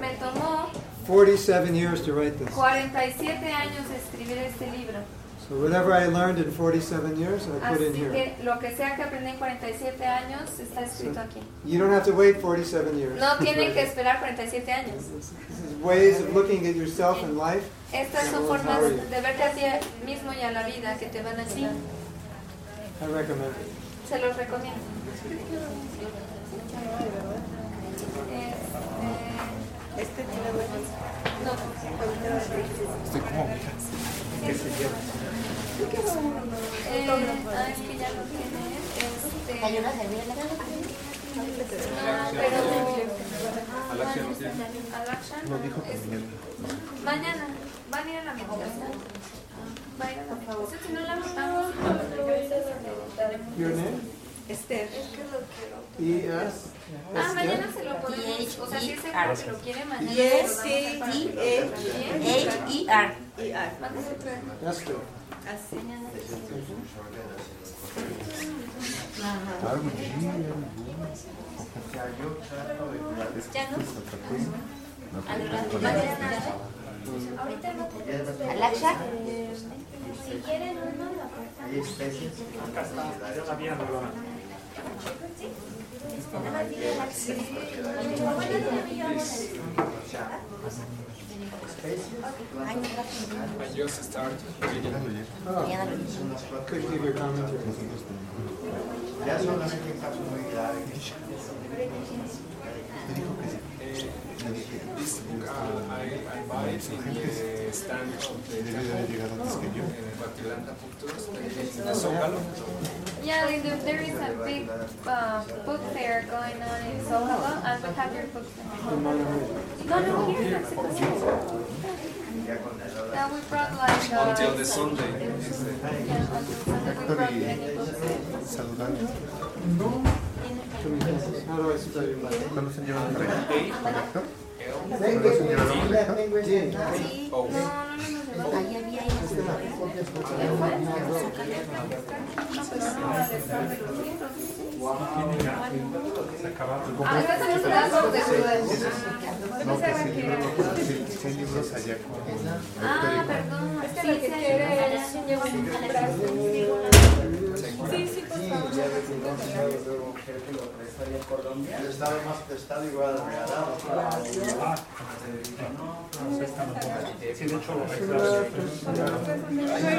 [SPEAKER 2] Me tomó
[SPEAKER 1] 47 years to write this.
[SPEAKER 2] 47 años escribir este libro.
[SPEAKER 1] So whatever I learned in 47 years, I put in
[SPEAKER 2] Así
[SPEAKER 1] here.
[SPEAKER 2] que lo que sea que aprendí en 47 años está escrito aquí.
[SPEAKER 1] You don't have to wait 47 years.
[SPEAKER 2] No tienen que esperar 47 años.
[SPEAKER 1] This is ways of looking at yourself and life.
[SPEAKER 2] Estas son formas de verte a ti mismo y a la vida que te van a ayudar.
[SPEAKER 1] I recommend it.
[SPEAKER 2] Se los recomiendo. Este,
[SPEAKER 3] Este
[SPEAKER 2] No,
[SPEAKER 4] Estoy como vieja. ¿Qué se lleva?
[SPEAKER 2] eh, ah, es que ya lo tiene.
[SPEAKER 3] ¿Te
[SPEAKER 2] Este,
[SPEAKER 3] ayuda a servir la
[SPEAKER 2] no, pero.
[SPEAKER 4] Alaxia no tiene.
[SPEAKER 2] Alaxa no,
[SPEAKER 4] Lo dijo
[SPEAKER 2] es-
[SPEAKER 4] también.
[SPEAKER 2] Mañana van a ir a la meditación. Ah, Va a ir a la meditación. Si no la notamos,
[SPEAKER 1] Your name?
[SPEAKER 6] Esther.
[SPEAKER 1] E S.
[SPEAKER 2] Ah, mañana se lo podemos. O sea, si es seguro que lo quiere, mañana.
[SPEAKER 6] Yes,
[SPEAKER 2] se lo vamos a
[SPEAKER 6] sí,
[SPEAKER 2] preparar. Bien.
[SPEAKER 3] H-I-R.
[SPEAKER 6] Y ah,
[SPEAKER 2] Mándese otra vez.
[SPEAKER 1] Esther.
[SPEAKER 6] así.
[SPEAKER 7] Ahorita no tenemos.
[SPEAKER 3] Alaxa.
[SPEAKER 7] Si quieren uno, lo cortamos.
[SPEAKER 8] Hay especies que no
[SPEAKER 4] Yo la vi, no la-
[SPEAKER 8] son las cuatro.
[SPEAKER 1] Could give your commentary.
[SPEAKER 8] Ya solamente en casos muy graves.
[SPEAKER 2] Yeah, like there, there is a big um, book fair going on in Socalo, and we have your book
[SPEAKER 1] In
[SPEAKER 2] fair.
[SPEAKER 1] Monterey.
[SPEAKER 2] No, no, here in Mexico City.
[SPEAKER 8] Ya con la edad.
[SPEAKER 2] Yeah, we brought like. Uh, Until the Sunday. Yeah, until Sunday we brought many books.
[SPEAKER 1] How do I spell your last name?
[SPEAKER 8] ¿Cuándo se llevan el rey?
[SPEAKER 1] Din.
[SPEAKER 3] Sí. No, no, no, no. Ahí había
[SPEAKER 5] Se acabaron.
[SPEAKER 2] Ah, estas son las pedazos de Judas.
[SPEAKER 6] No pensaba que era.
[SPEAKER 8] libros allá con...
[SPEAKER 2] Ah, perdón.
[SPEAKER 6] Es que lo que quiere es llevar un brazo. Sí, sí, por favor.
[SPEAKER 8] Yo estaba más prestado y voy a
[SPEAKER 4] Sí, de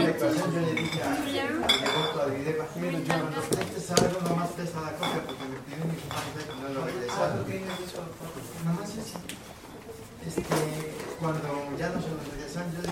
[SPEAKER 4] hecho, ahí está.
[SPEAKER 8] yo le dije a llegó tu vida, imagínate, yo no sé, este es algo nomás pesada cosa, porque me pidió mi compadre que no lo regresara. Nomás es, este, cuando ya no se lo regresan, yo